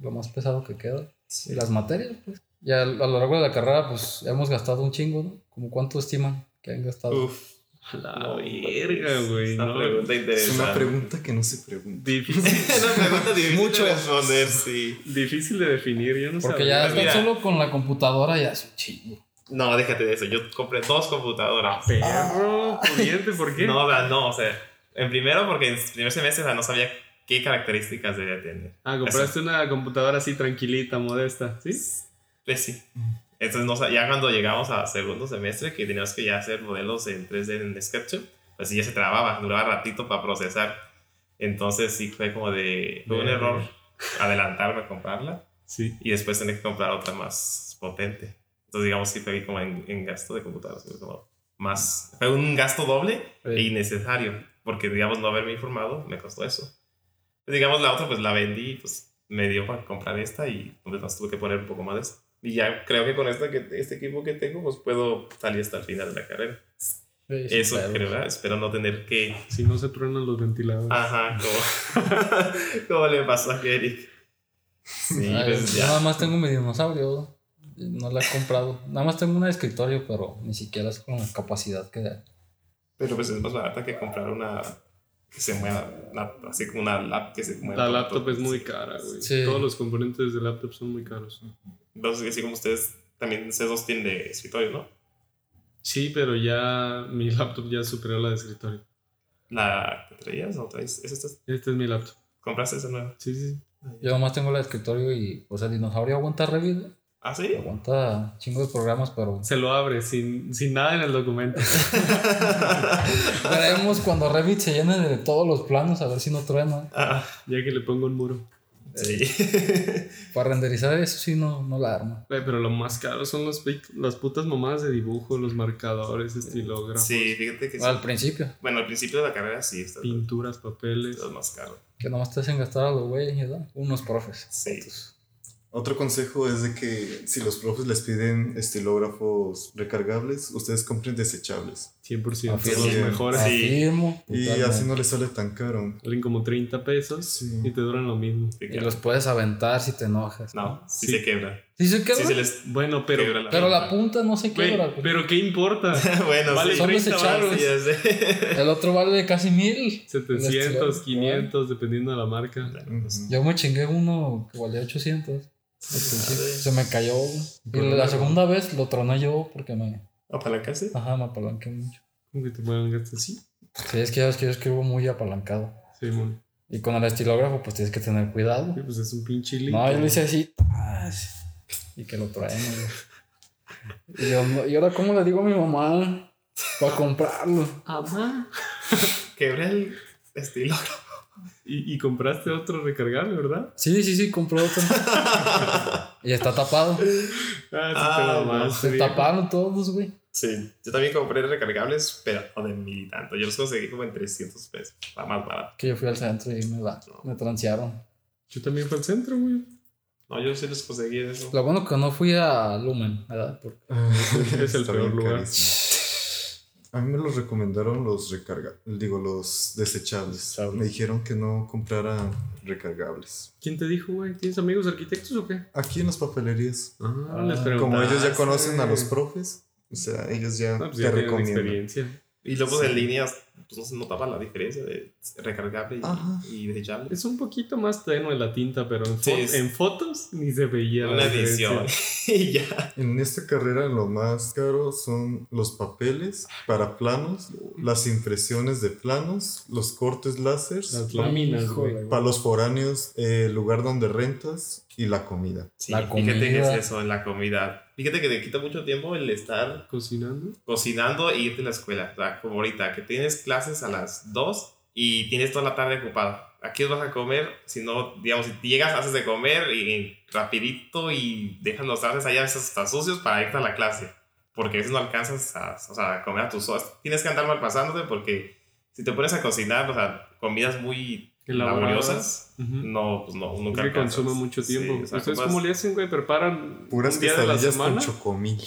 Lo más pesado que queda. Y las materias, pues. Ya a lo largo de la carrera, pues ya hemos gastado un chingo, ¿no? Como cuánto estiman que han gastado. Uf, A la no, verga, güey. Ah, Una no. pregunta pues, Es interesante. una pregunta que no se pregunta. Difícil, una pregunta difícil Mucho. de responder, sí. difícil de definir, yo no Porque sabía. ya pues tan mira. solo con la computadora ya es un chingo. No, déjate de eso. Yo compré dos computadoras. Perro, pudiente, ¿por qué? No, o sea, no, o sea, en primero porque en primer semestre o sea, no sabía qué características debía tener. Ah, compraste una computadora así tranquilita, modesta, ¿sí? Pues sí. Entonces, no, sa- ya cuando llegamos a segundo semestre, que teníamos que ya hacer modelos en 3D en SketchUp, pues sí, ya se trababa, duraba ratito para procesar. Entonces, sí, fue como de. Fue un Verga. error adelantarme a comprarla Sí. y después tener que comprar otra más potente. Entonces, digamos, sí, fue ahí como en, en gasto de computadoras, fue como más. Fue un gasto doble e Eh, innecesario, porque digamos no haberme informado me costó eso. Pues, digamos la otra pues la vendí, pues me dio para comprar esta y pues, más tuve que poner un poco más de eso. Y ya creo que con esta que, este equipo que tengo pues puedo salir hasta el final de la carrera. Sí, sí, eso claro. creo, ¿verdad? espero no tener que... Si no se truenan los ventiladores. Ajá, como, como le pasó a Eric. Sí, Ay, pues yo ya. nada más tengo mi dinosaurio. No la he comprado. Nada más tengo una de escritorio, pero ni siquiera es con la capacidad que da. Pero pues es más barata que comprar una que se mueva, la- así como una lap que se mueva. La laptop pues, es muy cara, güey. Sí. Todos los componentes de laptop son muy caros. Entonces, así como ustedes también, ustedes dos tienen de escritorio, ¿no? Sí, pero ya mi laptop ya superó la de escritorio. ¿La que traías o traes? ¿Es esta? Este es mi laptop. ¿Compraste esa nueva? Sí, sí. sí. Yo nada más tengo la de escritorio y, pues, el dinosaurio aguanta Revit. ¿Ah, sí? Aguanta chingo de programas, pero Se lo abre sin, sin nada en el documento. Veremos cuando Revit se llene de todos los planos, a ver si no truena. Ah, ya que le pongo un muro. sí. Para renderizar eso sí no, no la arma. Güey, pero lo más caro son los, pi- las putas mamadas de dibujo, los marcadores, estilógrafos, sí, fíjate que sí. Al principio, Bueno, al principio de la carrera sí, está es pinturas, papeles. lo más caro. que nomás te hacen gastar a los güeyes, ¿verdad? Unos profes. Sí. Otro consejo es de que si los profes les piden estilógrafos recargables, ustedes compren desechables. 100% Afirmo. son los mejores. Sí. Afirmo. Y totalmente. así no les sale tan caro. Salen como 30 pesos Sí. y te duran lo mismo. sí, Y claro. los puedes aventar si te enojas. No, sí, Sí. se quebra. ¿Sí se quebra? Sí se les Bueno, pero. quebra la Pero la punta. punta no se güey, quebra. güey. pero ¿qué importa? bueno, Vale, sí. son 30 desechables. varas, sí, ya sé. El otro vale casi mil. 700, Los 500, dependiendo de la marca. Claro, pues, Ujú. Yo me chingué uno que valía 800. al principio. Se me cayó. güey. Y la Problema. segunda vez lo troné yo porque me, ¿Apalancarse? ajá, me apalanqué mucho. ¿Cómo que te pueden gastar así? Sí, es que ya ves que yo escribo muy apalancado. Sí, mon. Y con el estilógrafo, pues tienes que tener cuidado. Sí, pues es un pinche link. No, yo lo hice así. tas, Y que lo traen. güey. Y, yo, no- y ahora, ¿cómo le digo a mi mamá? Para comprarlo. Quebra el estilo. Y, y compraste otro recargable, ¿verdad? Sí, sí, sí, compró otro. y está tapado. Ah, sí, te Ah, mamaste, Se viejo. taparon todos, güey. Sí, yo también compré recargables, pero no de mil y tanto. Yo los conseguí como en 300 pesos. La más barata. Que yo fui al centro y me, la, me transearon. Yo también fui al centro, güey. No, yo sí los conseguí en eso. Lo bueno que no fui a Lumen, ¿verdad? Porque Es el Está peor bien lugar. carísimo. A mí me los recomendaron los recarga, digo los desechables. Desechables. Me dijeron que no comprara recargables. ¿Quién te dijo, güey? ¿Tienes amigos arquitectos o qué? Aquí en las papelerías, Ah, Ah, les pregunté. como ellos ya sí. conocen a los profes, o sea, ellos ya Ah, eh. pues te ya tienen recomiendan. experiencia. Y luego en líneas, pues no se notaba la diferencia de recargable y, Ajá. y desechable. Es un poquito más tenue la tinta, pero en, Sí, fo- es- en fotos ni se veía la Una diferencia. edición. y ya. En esta carrera lo más caro son los papeles para planos, las impresiones de planos, los cortes láseres, Las láminas, Híjole, güey. para los foráneos, eh, el lugar donde rentas y la comida. Sí, La fíjate que comida. es eso, la comida. Fíjate que te quita mucho tiempo el estar Cocinando. cocinando e irte a la escuela. O sea, como ahorita, que tienes clases a las 2 y tienes toda la tarde ocupada. ¿A qué vas a comer? Si no, digamos, si llegas, haces de comer y rapidito y dejas los trastes allá a veces hasta sucios para irte a la clase. Porque a veces no alcanzas a, o sea, a comer a tus horas. Tienes que andar mal pasándote porque si te pones a cocinar, o sea, comidas muy Elaboradas. laboriosas, Ujú. no, pues no, Es nunca que alcanzas. consume mucho tiempo. Sí, o sea, ¿Ustedes ocupas- cómo le hacen, güey? ¿Preparan Puras un día de la quesadillas con semana? ¿Ah, chocomil.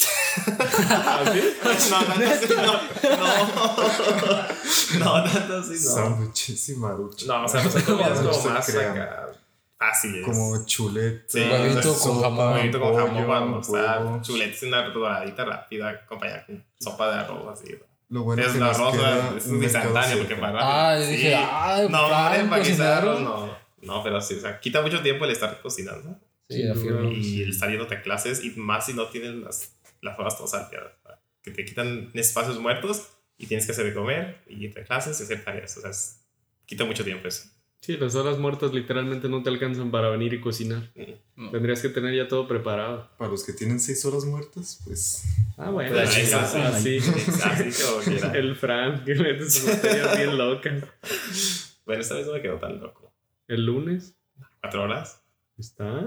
¿Así? No, tanto así no. No, no tanto así no. Sándwiches y maruchan. No, o sea, los comidas No como se más crean. acá fáciles. Como chuletas. Sí, Huevito con sopa, jamón. huevito con jamón pollo, para almorzar, huevo. chuletas y una doradita rápida acompañada con sopa de arroz así. Lo bueno es que la nos arroz queda ¿verdad? es un mercado instantáneo porque cerca. para rápido. Ah, yo dije, Sí. ah, no, hombre, Frank, para guisar arroz, cocinaron. no. No, pero sí, o sea, quita mucho tiempo el estar cocinando Sí, afirmo. y el estar yéndote a clases y más si no tienes las, las horas todas salteadas. Que te quitan espacios muertos y tienes que hacer de comer y irte a clases y hacer tareas. O sea, es- quita mucho tiempo eso. Sí, las horas muertas literalmente no te alcanzan para venir y cocinar. Mm. No. Tendrías que tener ya todo preparado. Para los que tienen seis horas muertas, pues Ah, bueno. Pero sí, ahí así. está. así. Así como quiera. El Frank, que mete sus botellas bien locas. Bueno, esta vez no me quedó tan loco. El lunes Cuatro horas, está.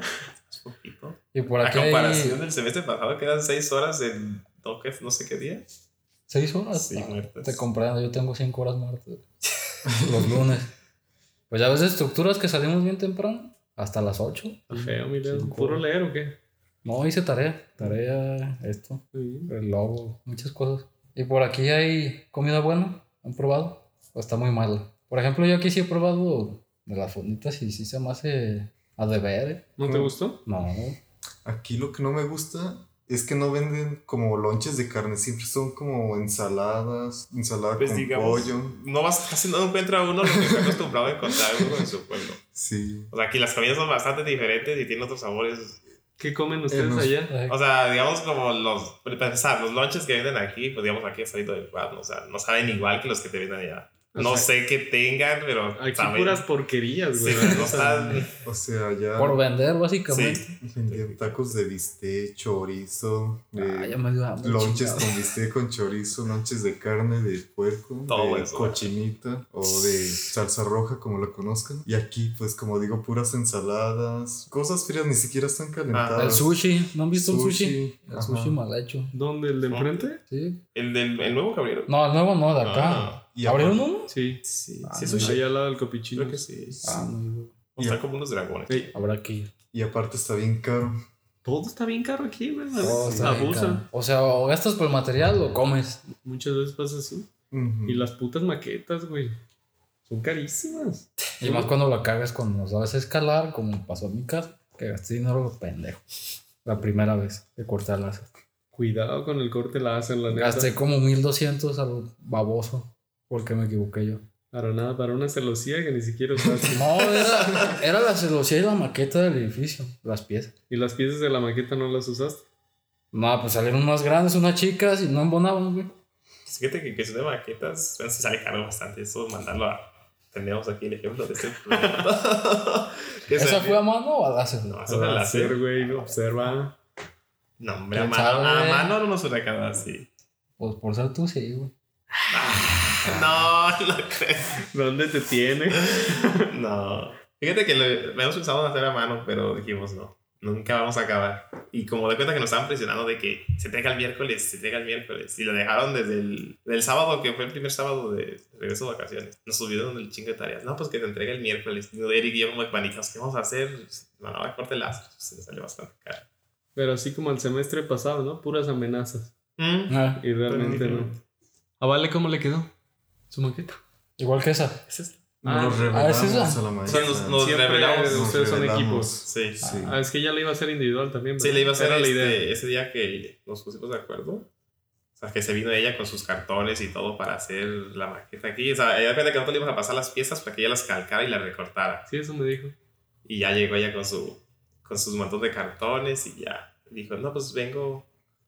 es poquito. Y por A aquí comparación hay del semestre pasado, quedan seis horas en no, que- no sé qué día. seis horas. Sí, No, muertas. Ah, te comprendo, yo tengo cinco horas muertas. Los lunes. Pues ya ves estructuras que salimos bien temprano, hasta las ocho. Está feo, mira. Cinco. ¿Puro leer o qué? No, hice tarea. Tarea, esto, Sí. el lobo, muchas cosas. Y por aquí hay comida buena, ¿han probado? O está muy mala. Por ejemplo, yo aquí sí he probado de las fonditas y sí se me hace a deber. ¿eh? ¿No te ¿Cómo? gustó? No, aquí lo que no me gusta es que no venden como lonches de carne, siempre son como ensaladas, ensalada Pues con digamos, pollo. no vas, casi no encuentra uno lo que está acostumbrado a encontrar uno en su pueblo. Sí. O sea, aquí las comidas son bastante diferentes y tienen otros sabores. ¿Qué comen ustedes nos- allá? eh, O sea, digamos como los, para empezar, los lunches que venden aquí, pues digamos aquí es salido del cuadro, o sea, no saben igual que los que te venden allá. O No sea, sé qué tengan, pero Aquí saben. puras porquerías, Sí, güey. no están... O sea, ya por vender, básicamente. Sí, vendían tacos de bistec, chorizo, de Ah, ya me dio hambre, lonches chingado. con bistec con chorizo, lonches de carne, de puerco, Todo de eso. cochinita o de salsa roja, como lo conozcan. Y aquí, pues, como digo, puras ensaladas, cosas frías, ni siquiera están calentadas. Ah, El sushi, ¿no han visto el sushi? El ajá. sushi mal hecho. ¿Dónde? ¿El de enfrente? Sí. el, del, el nuevo cabrero. No, el nuevo no, de acá. Ah, Y ¿Abrieron aparte- uno? Sí. sí, Ah, sí, no. eso sí. Allá al lado del copichino. Creo que sí. Ah, no, O sea, como unos dragones. Ey, habrá que ir. Y aparte está bien caro. Todo está bien caro aquí, güey. a Oh, veces está bien Abusan. caro. O sea, o gastas por el material o comes. Muchas veces pasa así. Ujú. Y las putas maquetas, güey. Son carísimas. Y más cuando la cagas, cuando nos sabes escalar, como pasó en mi casa, que gasté dinero pendejo. La primera vez de cortar las. Cuidado con el corte láser, la neta. Gasté como 1200 al baboso, porque me equivoqué yo. Para nada, para una celosía que ni siquiera usaste. No, era, era la celosía y la maqueta del edificio, las piezas. y las piezas de la maqueta no las usaste. No, pues salieron unas grandes, unas chicas y no embonaban, güey. Fíjate que, que eso de maquetas bueno, sí sale caro bastante. Eso mandarlo a. Tenemos aquí el ejemplo de este proyecto. Que ¿Esa salió- fue a mano o a láser? No, eso Para Ah, la hacer, Ah, güey, observa. No, hombre, a ¿Quién mano, a sabe? mano no nos hubiera quedado así. Pues por ser tú, sí, güey. No, no creo. ¿Dónde te tiene? No. Fíjate que lo, lo hemos pensado en hacer a mano, pero dijimos no. Nunca vamos a acabar. Y como de cuenta que nos estaban presionando de que se entrega el miércoles, se entrega el miércoles. Y lo dejaron desde el del sábado, que fue el primer sábado de regreso de vacaciones. Nos subieron el chingo de tareas. No, pues que te entregue el miércoles. Y Eric y yo como de panicados, ¿qué vamos a hacer? Bueno, a corte láser. Se nos salió bastante caro. Pero así como el semestre pasado, ¿no? Puras amenazas. Mm. Ah, Y realmente no. ¿A Vale cómo le quedó? Su maqueta. igual que esa. Ese es- Ah, Nos los ah, revelamos ¿es esa? a la sea, maestra. nos- nos- Siempre revelamos, Nos ustedes son revelamos. equipos. Sí. Sí. Ah, es que ya le iba a hacer individual también. Sí, ¿verdad? le iba a hacer Era la este- idea. ese día que nos pusimos de acuerdo. O sea, que se vino ella con sus cartones y todo para hacer la maqueta aquí. O sea, ella depende que nosotros le íbamos a pasar las piezas para que ella las calcara y las recortara. Sí, eso me dijo. Y ya llegó ella con su con sus montones de cartones y ya. Dijo, no, pues vengo,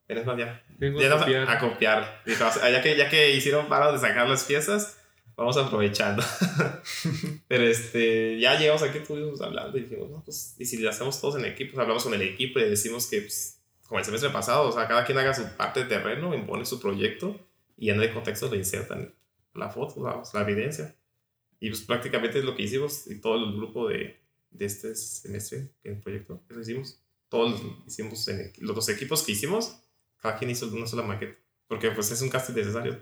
ven es más, ya. Vengo Ya a vamos copiar. a, a copiar. Dijo, "O sea, ya que, ya que hicieron paro de sacar las piezas, vamos aprovechando. Pero este, ya llegamos aquí, estuvimos hablando y dijimos, no, pues, y si lo hacemos todos en equipo, Pues, hablamos con el equipo y le decimos que, pues, como el semestre pasado, o sea, cada quien haga su parte de terreno, impone su proyecto y en el contexto le insertan la foto, la, pues, la evidencia. Y pues prácticamente es lo que hicimos y todo el grupo de, de este semestre, el proyecto, eso hicimos. Todos hicimos en equi- los dos equipos que hicimos cada quien hizo una sola maqueta. Porque pues es un casting necesario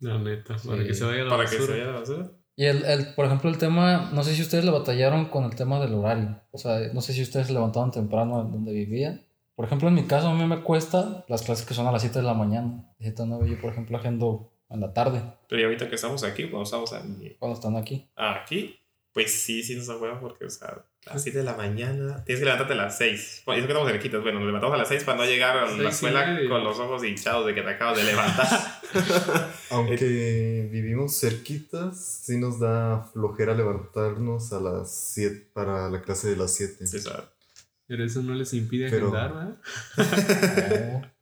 La neta, para Sí, que se vaya a la para que basura. se vaya a la basura. Y el, el, por ejemplo, el tema, no sé si ustedes le batallaron con el tema del horario. O sea, no sé si ustedes se levantaban temprano en donde vivían. Por ejemplo, en mi caso, a mí me cuesta las clases que son a las 7 de la mañana. 7 a 9, yo, por ejemplo, agendo en la tarde, Pero ya ahorita que estamos aquí, cuando estamos aquí, cuando están aquí. aquí, pues sí, sí nos ahueva porque, o sea, a las 7 de la mañana tienes que levantarte a las 6. Bueno, y eso que estamos cerquitas. Bueno, nos levantamos a las 6 para no llegar a la Seis y escuela media. con los ojos hinchados de que te acabas de levantar. Aunque vivimos cerquitas, sí nos da flojera levantarnos a las 7 para la clase de las 7. Sí, o sea, Pero eso no les impide Pero- agendar, ¿verdad? No.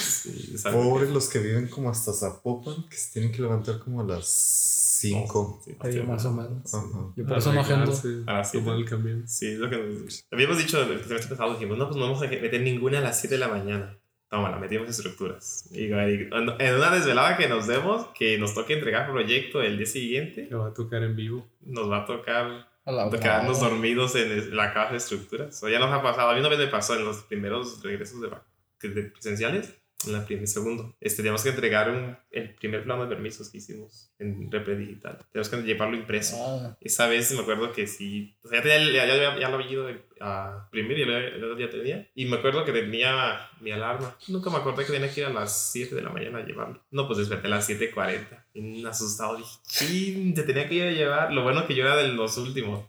sí, o sea, Pobres los que viven como hasta Zapopan, que se tienen que levantar como a las 5. Oh, sí, Ahí Oh, más o menos. Ajá. Yo por eso no agendo. Arreglarse, A las siete. tomar el camión. Ah, Sí, es lo que nos... Habíamos dicho el semestre pasado, dijimos, no, pues no vamos a meter ninguna a las 7 de la mañana. Toma, la metimos estructuras. Y, y- en una desvelada que nos demos, que nos toque entregar proyecto el día siguiente, Que va a tocar en vivo. nos va a tocar A la hora. quedarnos dormidos en es- la caja de estructuras. O ya nos ha pasado, a mí una vez me pasó en los primeros regresos de, vac- que- de presenciales, en la primer, segundo. Este, teníamos que entregar un- el primer plano de permisos que hicimos en Repre Digital. Tenemos que llevarlo impreso. Ah, Esa vez me acuerdo que sí. O sea, ya, tenía, ya, ya- ya lo había ido a imprimir y lo- el otro día tenía. Y me acuerdo que tenía mi alarma. Nunca me acordé que tenía que ir a las 7 de la mañana a llevarlo. No, pues desperté a las 7:40. Bien asustado dije, ching, te tenía que ir a llevar. Lo bueno que yo era de los últimos.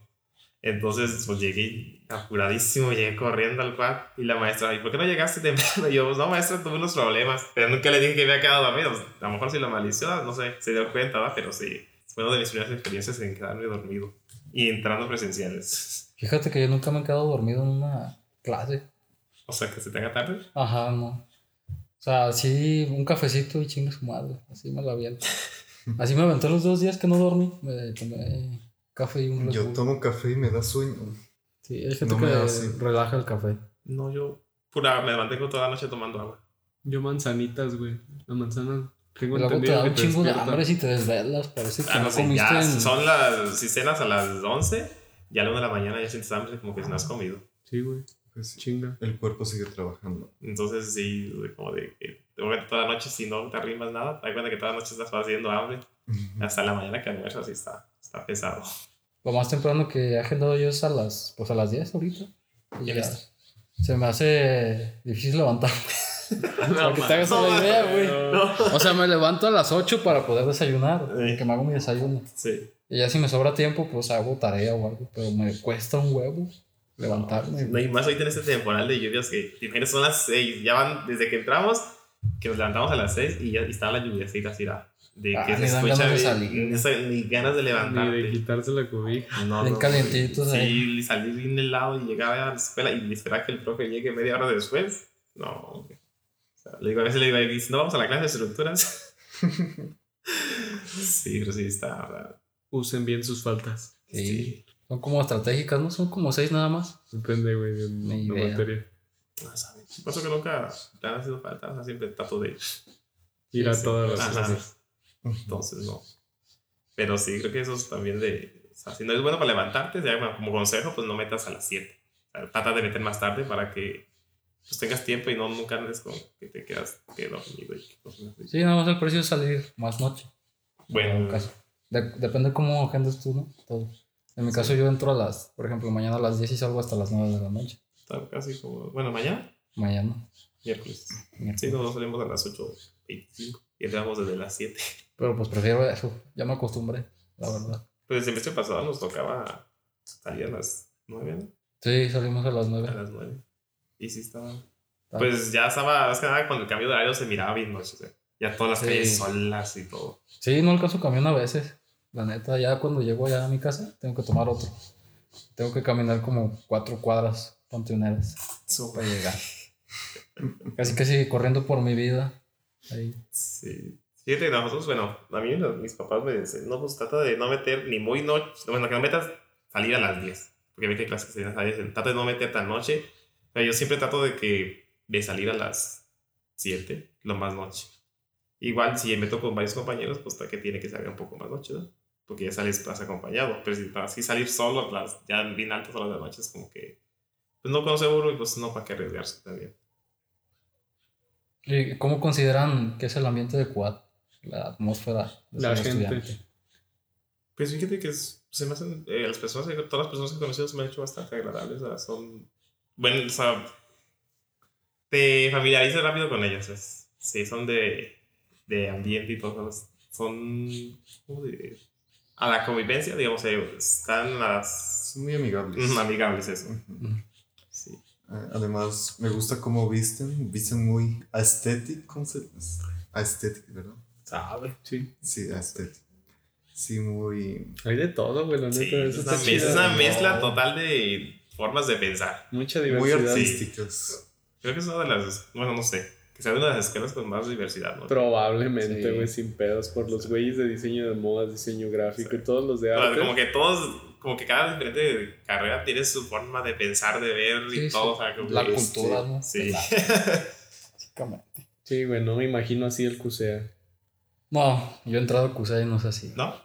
Entonces, pues llegué apuradísimo, llegué corriendo al cuad y la maestra, ¿y por qué no llegaste temprano? Y yo, no, maestra, tuve unos problemas, pero nunca le dije que me había quedado dormido. Pues, A lo mejor si la malició, no sé, se dio cuenta, ¿verdad? Pero sí, fue una de mis primeras experiencias en quedarme dormido y entrando presenciales. Fíjate que yo nunca me he quedado dormido en una clase. O sea, que se te haga tarde. Ajá, no. O sea, sí, un cafecito y chingas su madre. Así me la aviento. Así me aventé los dos días que no dormí. Me tomé café y un Red Yo Bull. tomo café y me da sueño. Sí, hay gente No que me hace. relaja el café. No, yo pura, me mantengo toda la noche tomando agua. Yo manzanitas, güey. La manzana. Tengo Luego te entendido da que un te chingo de despierta. hambre si te desvelas. Parece que Ah, no, no sé, comiste ya en- son las, si cenas a las 11, ya a la 1 de la mañana ya sientes hambre como que no has comido. Sí, güey. Pues sí, Chinga. el cuerpo sigue trabajando. Entonces, sí, como de que de momento toda la noche, si no te arrimas nada, te das cuenta que toda la noche estás haciendo hambre. Hasta la mañana que almuerzas, sí está, está pesado. Lo más temprano que he agendado yo es a las, pues a las 10 ahorita. Y ya. Ya ves. Se me hace difícil levantarme. Para que te hagas no, la idea, güey. No. O sea, me levanto a las 8 para poder desayunar. Sí. Que me hago mi desayuno. Sí. Y ya si me sobra tiempo, pues hago tarea o algo. Pero me cuesta un huevo levantarme. No, y más ahorita en este temporal de lluvias que, te imaginas, son las 6. Ya van desde que entramos, que nos levantamos a las 6 y ya y está la lluviacita así, la- de que Ah, se ni dan escucha. ganas de güey, salir. ni esa- ni ganas de Ni levantarte. de quitarse la cobija. No, Bien no, calientitos güey. ahí. Sí, salir bien helado y llegar a la escuela y esperar que el profe llegue media hora después. No, güey. O sea, le digo, a veces le digo, "Ay, no vamos a la clase de estructuras. sí, pero sí está. ¿verdad? Usen bien sus faltas. Sí. Son como estratégicas, ¿no? Son como seis nada más. Depende, güey, de Ni la idea. materia. No sabes. Por eso que nunca te han sido falta, o sea, siempre trato de Ir a Sí, sí. todas las Ajá. clases. Entonces, no. Pero sí, creo que eso es también de. O sea, si no es bueno para levantarte, ya, bueno, como consejo, pues no metas a las 7. O sea, trata de meter más tarde para que pues, tengas tiempo y no nunca andes con que te quedas que dormido. Y que cosas así. Sí, nada más el precio es salir más noche. En Bueno, mi caso. De- depende cómo agendas tú, ¿no? Todo. En mi caso yo entro a las, por ejemplo, mañana a las 10 y salgo hasta las 9 de la noche. está casi como. Bueno, mañana, Mañana. miércoles. miércoles. Sí, nosotros salimos a las 8.25 y entramos desde las 7. Pero pues prefiero eso. Ya me acostumbré, la verdad. Pues el semestre pasado nos tocaba salir a las 9, ¿no? Sí, salimos a las A 9. las 9. Y sí estaba. Pues ya estaba, más que nada, cuando el cambio de horario se miraba bien noche. o sea, ya todas las Sí. calles solas y todo. Sí, no alcanzo camión a veces. La neta, ya cuando llego allá a mi casa, tengo que tomar otro. Tengo que caminar como cuatro cuadras panteoneras para llegar. Casi casi corriendo por mi vida. Ahí. Sí. Fíjate, nosotros, bueno, a mí los- mis papás me dicen, no, pues trata de no meter ni muy noche, bueno, que no metas salir a las 10, porque ve que hay clases que se a las 10, trata de no meter tan noche, pero yo siempre trato de que, de salir a las 7, lo más noche. Igual, si meto con varios compañeros, pues hasta que tiene que salir un poco más noche, ¿no? Porque ya sales más acompañado, pero si así salir solo, a las, ya bien altas horas de la noche, es como que, pues no conoce uno y pues no, para qué arriesgarse también. ¿Y ¿Cómo consideran que es el ambiente de Cuad? La atmósfera de La ser gente. estudiante. Pues fíjate que es- se me hacen, eh, las personas, que- todas las personas que he conocido se me han hecho bastante agradables, o sea, son, bueno, o sea, te familiarizas rápido con ellas, pues. sí, son de, de ambiente y todo, son, ¿cómo diré? A la convivencia, digamos, eh, están a las, Son muy amigables. mm, amigables eso, Ujú. Ujú. sí. Eh, Además, me gusta cómo visten. Visten muy aesthetic. ¿Cómo se dice? Aesthetic, ¿verdad? ¿Sabe? Sí. Sí, aesthetic. Sí, muy. Hay de todo, güey, la neta. Sí, eso es una, está mez- chido. es una No. mezcla total de formas de pensar. Mucha Muy diversidad. artísticas. Creo que es una de las, bueno, no sé, que sea una de las escuelas con más diversidad, ¿no? Probablemente, Sí. güey, sin pedos. Por los güeyes de diseño de modas, diseño gráfico y todos los de O sea, arte. como que todos, como que cada diferente carrera tiene su forma de pensar, de ver Sí, y todo. sí. o sea, como La que- este, cultura, ¿no? sí. La- básicamente. Sí, güey, no me imagino así el CUSEA. No, yo he entrado a Cusa y no es así. ¿No?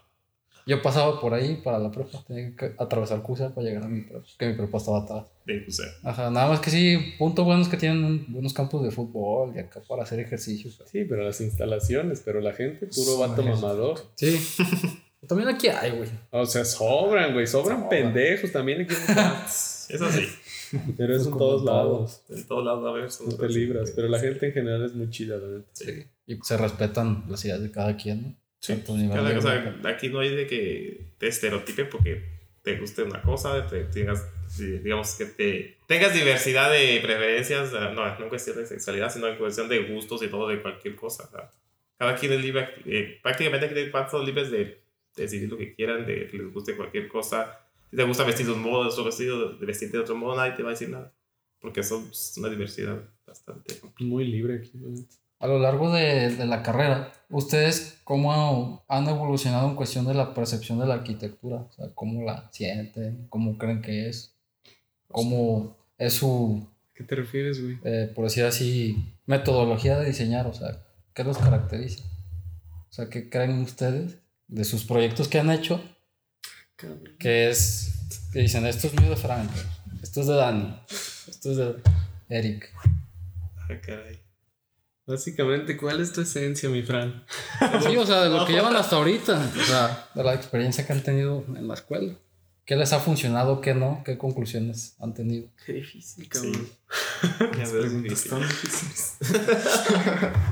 Yo pasaba por ahí para la prepa, tenía que atravesar Cusa para llegar a mi prepa, que mi prepa estaba atrás. De Cusea. Ajá, nada más que sí, punto bueno es que tienen un- buenos campos de fútbol y acá para hacer ejercicio. Sí, pero las instalaciones, pero la gente, puro Sí, vato la gente. mamador. Sí. También aquí hay, güey. O sea, sobran, güey, sobran Sobran. pendejos también aquí. Eso sí. Pero es en Como todos en todo. lados. En todos lados va a haber No te libras, pero la gente en general es muy chida, la neta. Sí. Y se respetan las ideas de cada quien, ¿no? Sí. Tanto nivel Cada de- cosa, aquí no hay de que te estereotipe porque te guste una cosa, de te, tengas, sí, digamos que te tengas diversidad de preferencias, eh, no, no en cuestión de sexualidad, sino en cuestión de gustos y todo, de cualquier cosa. o sea, cada quien es libre, eh, prácticamente aquí hay cuatro libres de decidir lo que quieran, de que les guste cualquier cosa. Si te gusta vestir de un modo, de otro vestido, de vestirte de otro modo, nadie te va a decir nada. Porque eso es una diversidad bastante. Muy libre aquí, la neta. A lo largo de, de la carrera, ¿ustedes cómo han evolucionado en cuestión de la percepción de la arquitectura? O sea, ¿cómo la sienten? ¿Cómo creen que es? ¿Cómo es su, ¿Qué te refieres, güey? eh, por decir así, metodología de diseñar? O sea, ¿qué los caracteriza? O sea, ¿qué creen ustedes de sus proyectos que han hecho? Que es, que dicen, esto es mío de Frank, esto es de Dani, esto es de Eric. Ah, caray. Básicamente, ¿cuál es tu esencia, mi Fran? Sí, o sea, de lo que llevan hasta ahorita, o sea, de la experiencia que han tenido en la escuela. ¿Qué les ha funcionado, qué no, qué conclusiones han tenido? Qué difícil, Sí. cabrón. Ya Las veo, es preguntas difícil. tan difíciles.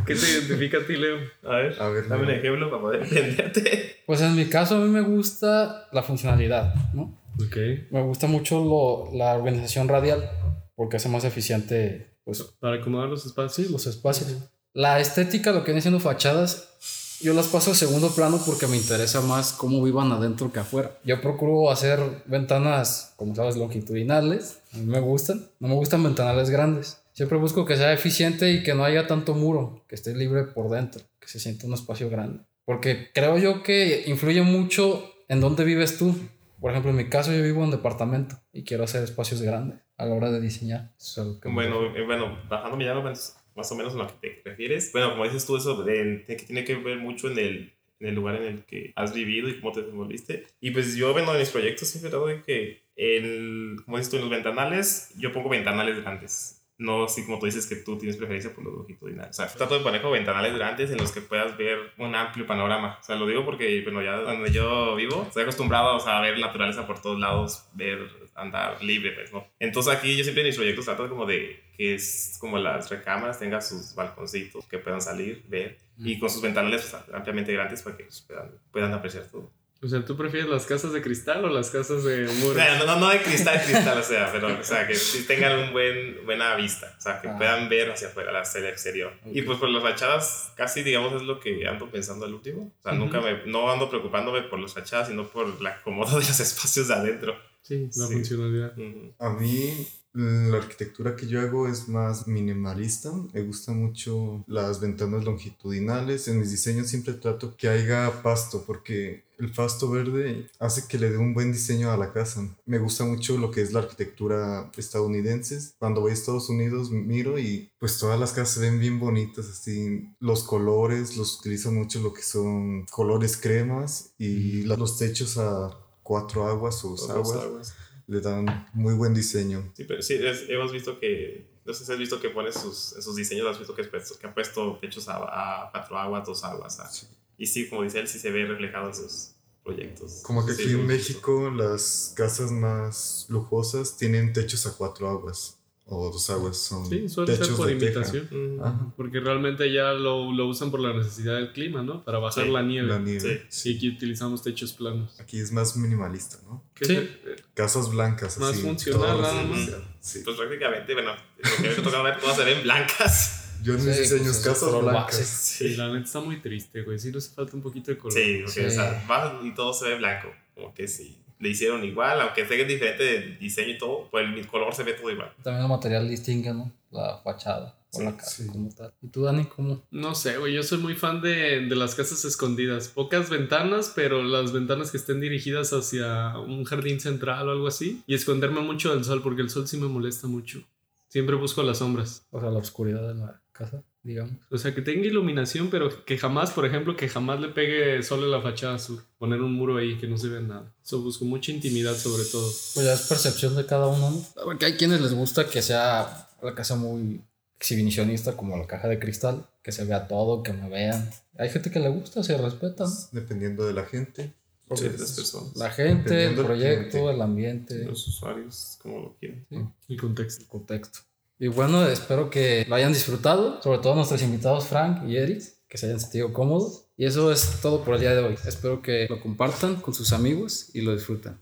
¿Qué te identifica a ti, Leo? A ver, A ver, dame un Leo. ejemplo para poder entenderte. Pues en mi caso a mí me gusta la funcionalidad, ¿no? Ok. Me gusta mucho lo- la organización radial porque hace más eficiente pues, Para acomodar los espacios. sí, los espacios. La estética, lo que vienen siendo fachadas, yo las paso a segundo plano porque me interesa más cómo vivan adentro que afuera. Yo procuro hacer ventanas, como sabes, longitudinales. A mí me gustan. No me gustan ventanales grandes. Siempre busco que sea eficiente y que no haya tanto muro, que esté libre por dentro, que se sienta un espacio grande. Porque creo yo que influye mucho en dónde vives tú. Por ejemplo, en mi caso yo vivo en departamento y quiero hacer espacios grandes a la hora de diseñar. Eso es algo que me- Bueno, eh, bueno, bajándome ya más, más o menos en lo que te refieres. Bueno, como dices tú, eso de, de que tiene que ver mucho en el, en el lugar en el que has vivido y cómo te desenvolviste. Y pues yo, bueno, en mis proyectos siempre trato de que, el, como dices tú, en los ventanales, yo pongo ventanales grandes. No así como tú dices que tú tienes preferencia por los longitudinales. O sea, trato de poner como ventanales grandes en los que puedas ver un amplio panorama. O sea, lo digo porque, bueno, ya donde yo vivo, estoy acostumbrado o sea, a ver naturaleza por todos lados, ver andar libre, pues, ¿no? Entonces aquí yo siempre en mis proyectos trato como de que es como las recámaras tengan sus balconcitos que puedan salir, ver, y con sus ventanales pues, ampliamente grandes para que pues, puedan, puedan apreciar todo. O sea, ¿tú prefieres las casas de cristal o las casas de O muro? sea, no, no, no de cristal, cristal, o sea, pero o sea, que sí tengan un buen, buena vista, o sea, que Ah. puedan ver hacia afuera, hacia el exterior. Y Ok. pues por las fachadas, casi digamos es lo que ando pensando al último. O sea, Ujú. nunca me, no ando preocupándome por las fachadas, sino por la cómoda de los espacios de adentro. Sí, la Sí. funcionalidad. Ujú. A mí mm, la arquitectura que yo hago es más minimalista. Me gustan mucho las ventanas longitudinales. En mis diseños siempre trato que haya pasto porque el pasto verde hace que le dé un buen diseño a la casa. Me gusta mucho lo que es la arquitectura estadounidense. Cuando voy a Estados Unidos miro y pues todas las casas se ven bien bonitas así. Los colores los utilizan mucho lo que son colores cremas y la- los techos a cuatro aguas o Los Pues, aguas aguas. le dan muy buen diseño. Sí, pero sí, es- hemos visto que, no sé si has visto que pone sus, en sus diseños, has visto que, has puesto- que han puesto techos a, a cuatro aguas, dos aguas. a- Y sí, como dice él, sí se ve reflejado en sus proyectos. Como que Sí, aquí lo en hemos visto. México las casas más lujosas tienen techos a cuatro aguas o dos aguas. Son Sí, suele ser techos por de teja. imitación. Ujú. Ajá, Porque realmente ya lo, lo usan por la necesidad del clima, ¿no? Para bajar Sí, la nieve. la nieve. Sí, aquí utilizamos techos planos. Aquí es más minimalista, ¿no? ¿Qué Sí. es el- Casas blancas. Más así, funcional, todas nada más. blancas, sí. Pues prácticamente, bueno, lo que me tocado ver, todas se ven blancas. Yo en mis Sí, diseños pues, casas color blancas. base. Sí, Sí, la neta está muy triste, güey. Sí, nos falta un poquito de color. sí, porque, Sí. o sea, vas y todo se ve blanco. Como que sí, le hicieron igual, aunque tenga diferente de diseño y todo, pues el color se ve todo igual. También el material distingue, ¿no? La fachada o Sí, la casa sí. como tal. ¿Y tú, Dani, cómo? No sé, güey. Yo soy muy fan de, de las casas escondidas. Pocas ventanas, pero las ventanas que estén dirigidas hacia un jardín central o algo así. Y esconderme mucho del sol, porque el sol sí me molesta mucho. Siempre busco las sombras. O sea, la oscuridad de la casa, digamos. O sea, que tenga iluminación, pero que jamás, por ejemplo, que jamás le pegue sol en la fachada sur. Poner un muro ahí que no se vea nada. Eso busco mucha intimidad, sobre todo. Pues ya es percepción de cada uno, ¿no? Porque hay quienes les gusta que sea la casa muy exhibicionista, como la caja de cristal, que se vea todo, que me vean. Hay gente que le gusta, se respeta, ¿no? pues, Dependiendo de la gente. Porque Sí, las es- personas, La gente, el Dependiendo del proyecto, cliente. el ambiente, los usuarios, como lo quieren. El contexto. el contexto. Y bueno, espero que lo hayan disfrutado, sobre todo nuestros invitados Frank y Eric, que se hayan sentido cómodos. Y eso es todo por el día de hoy. Espero que lo compartan con sus amigos y lo disfruten.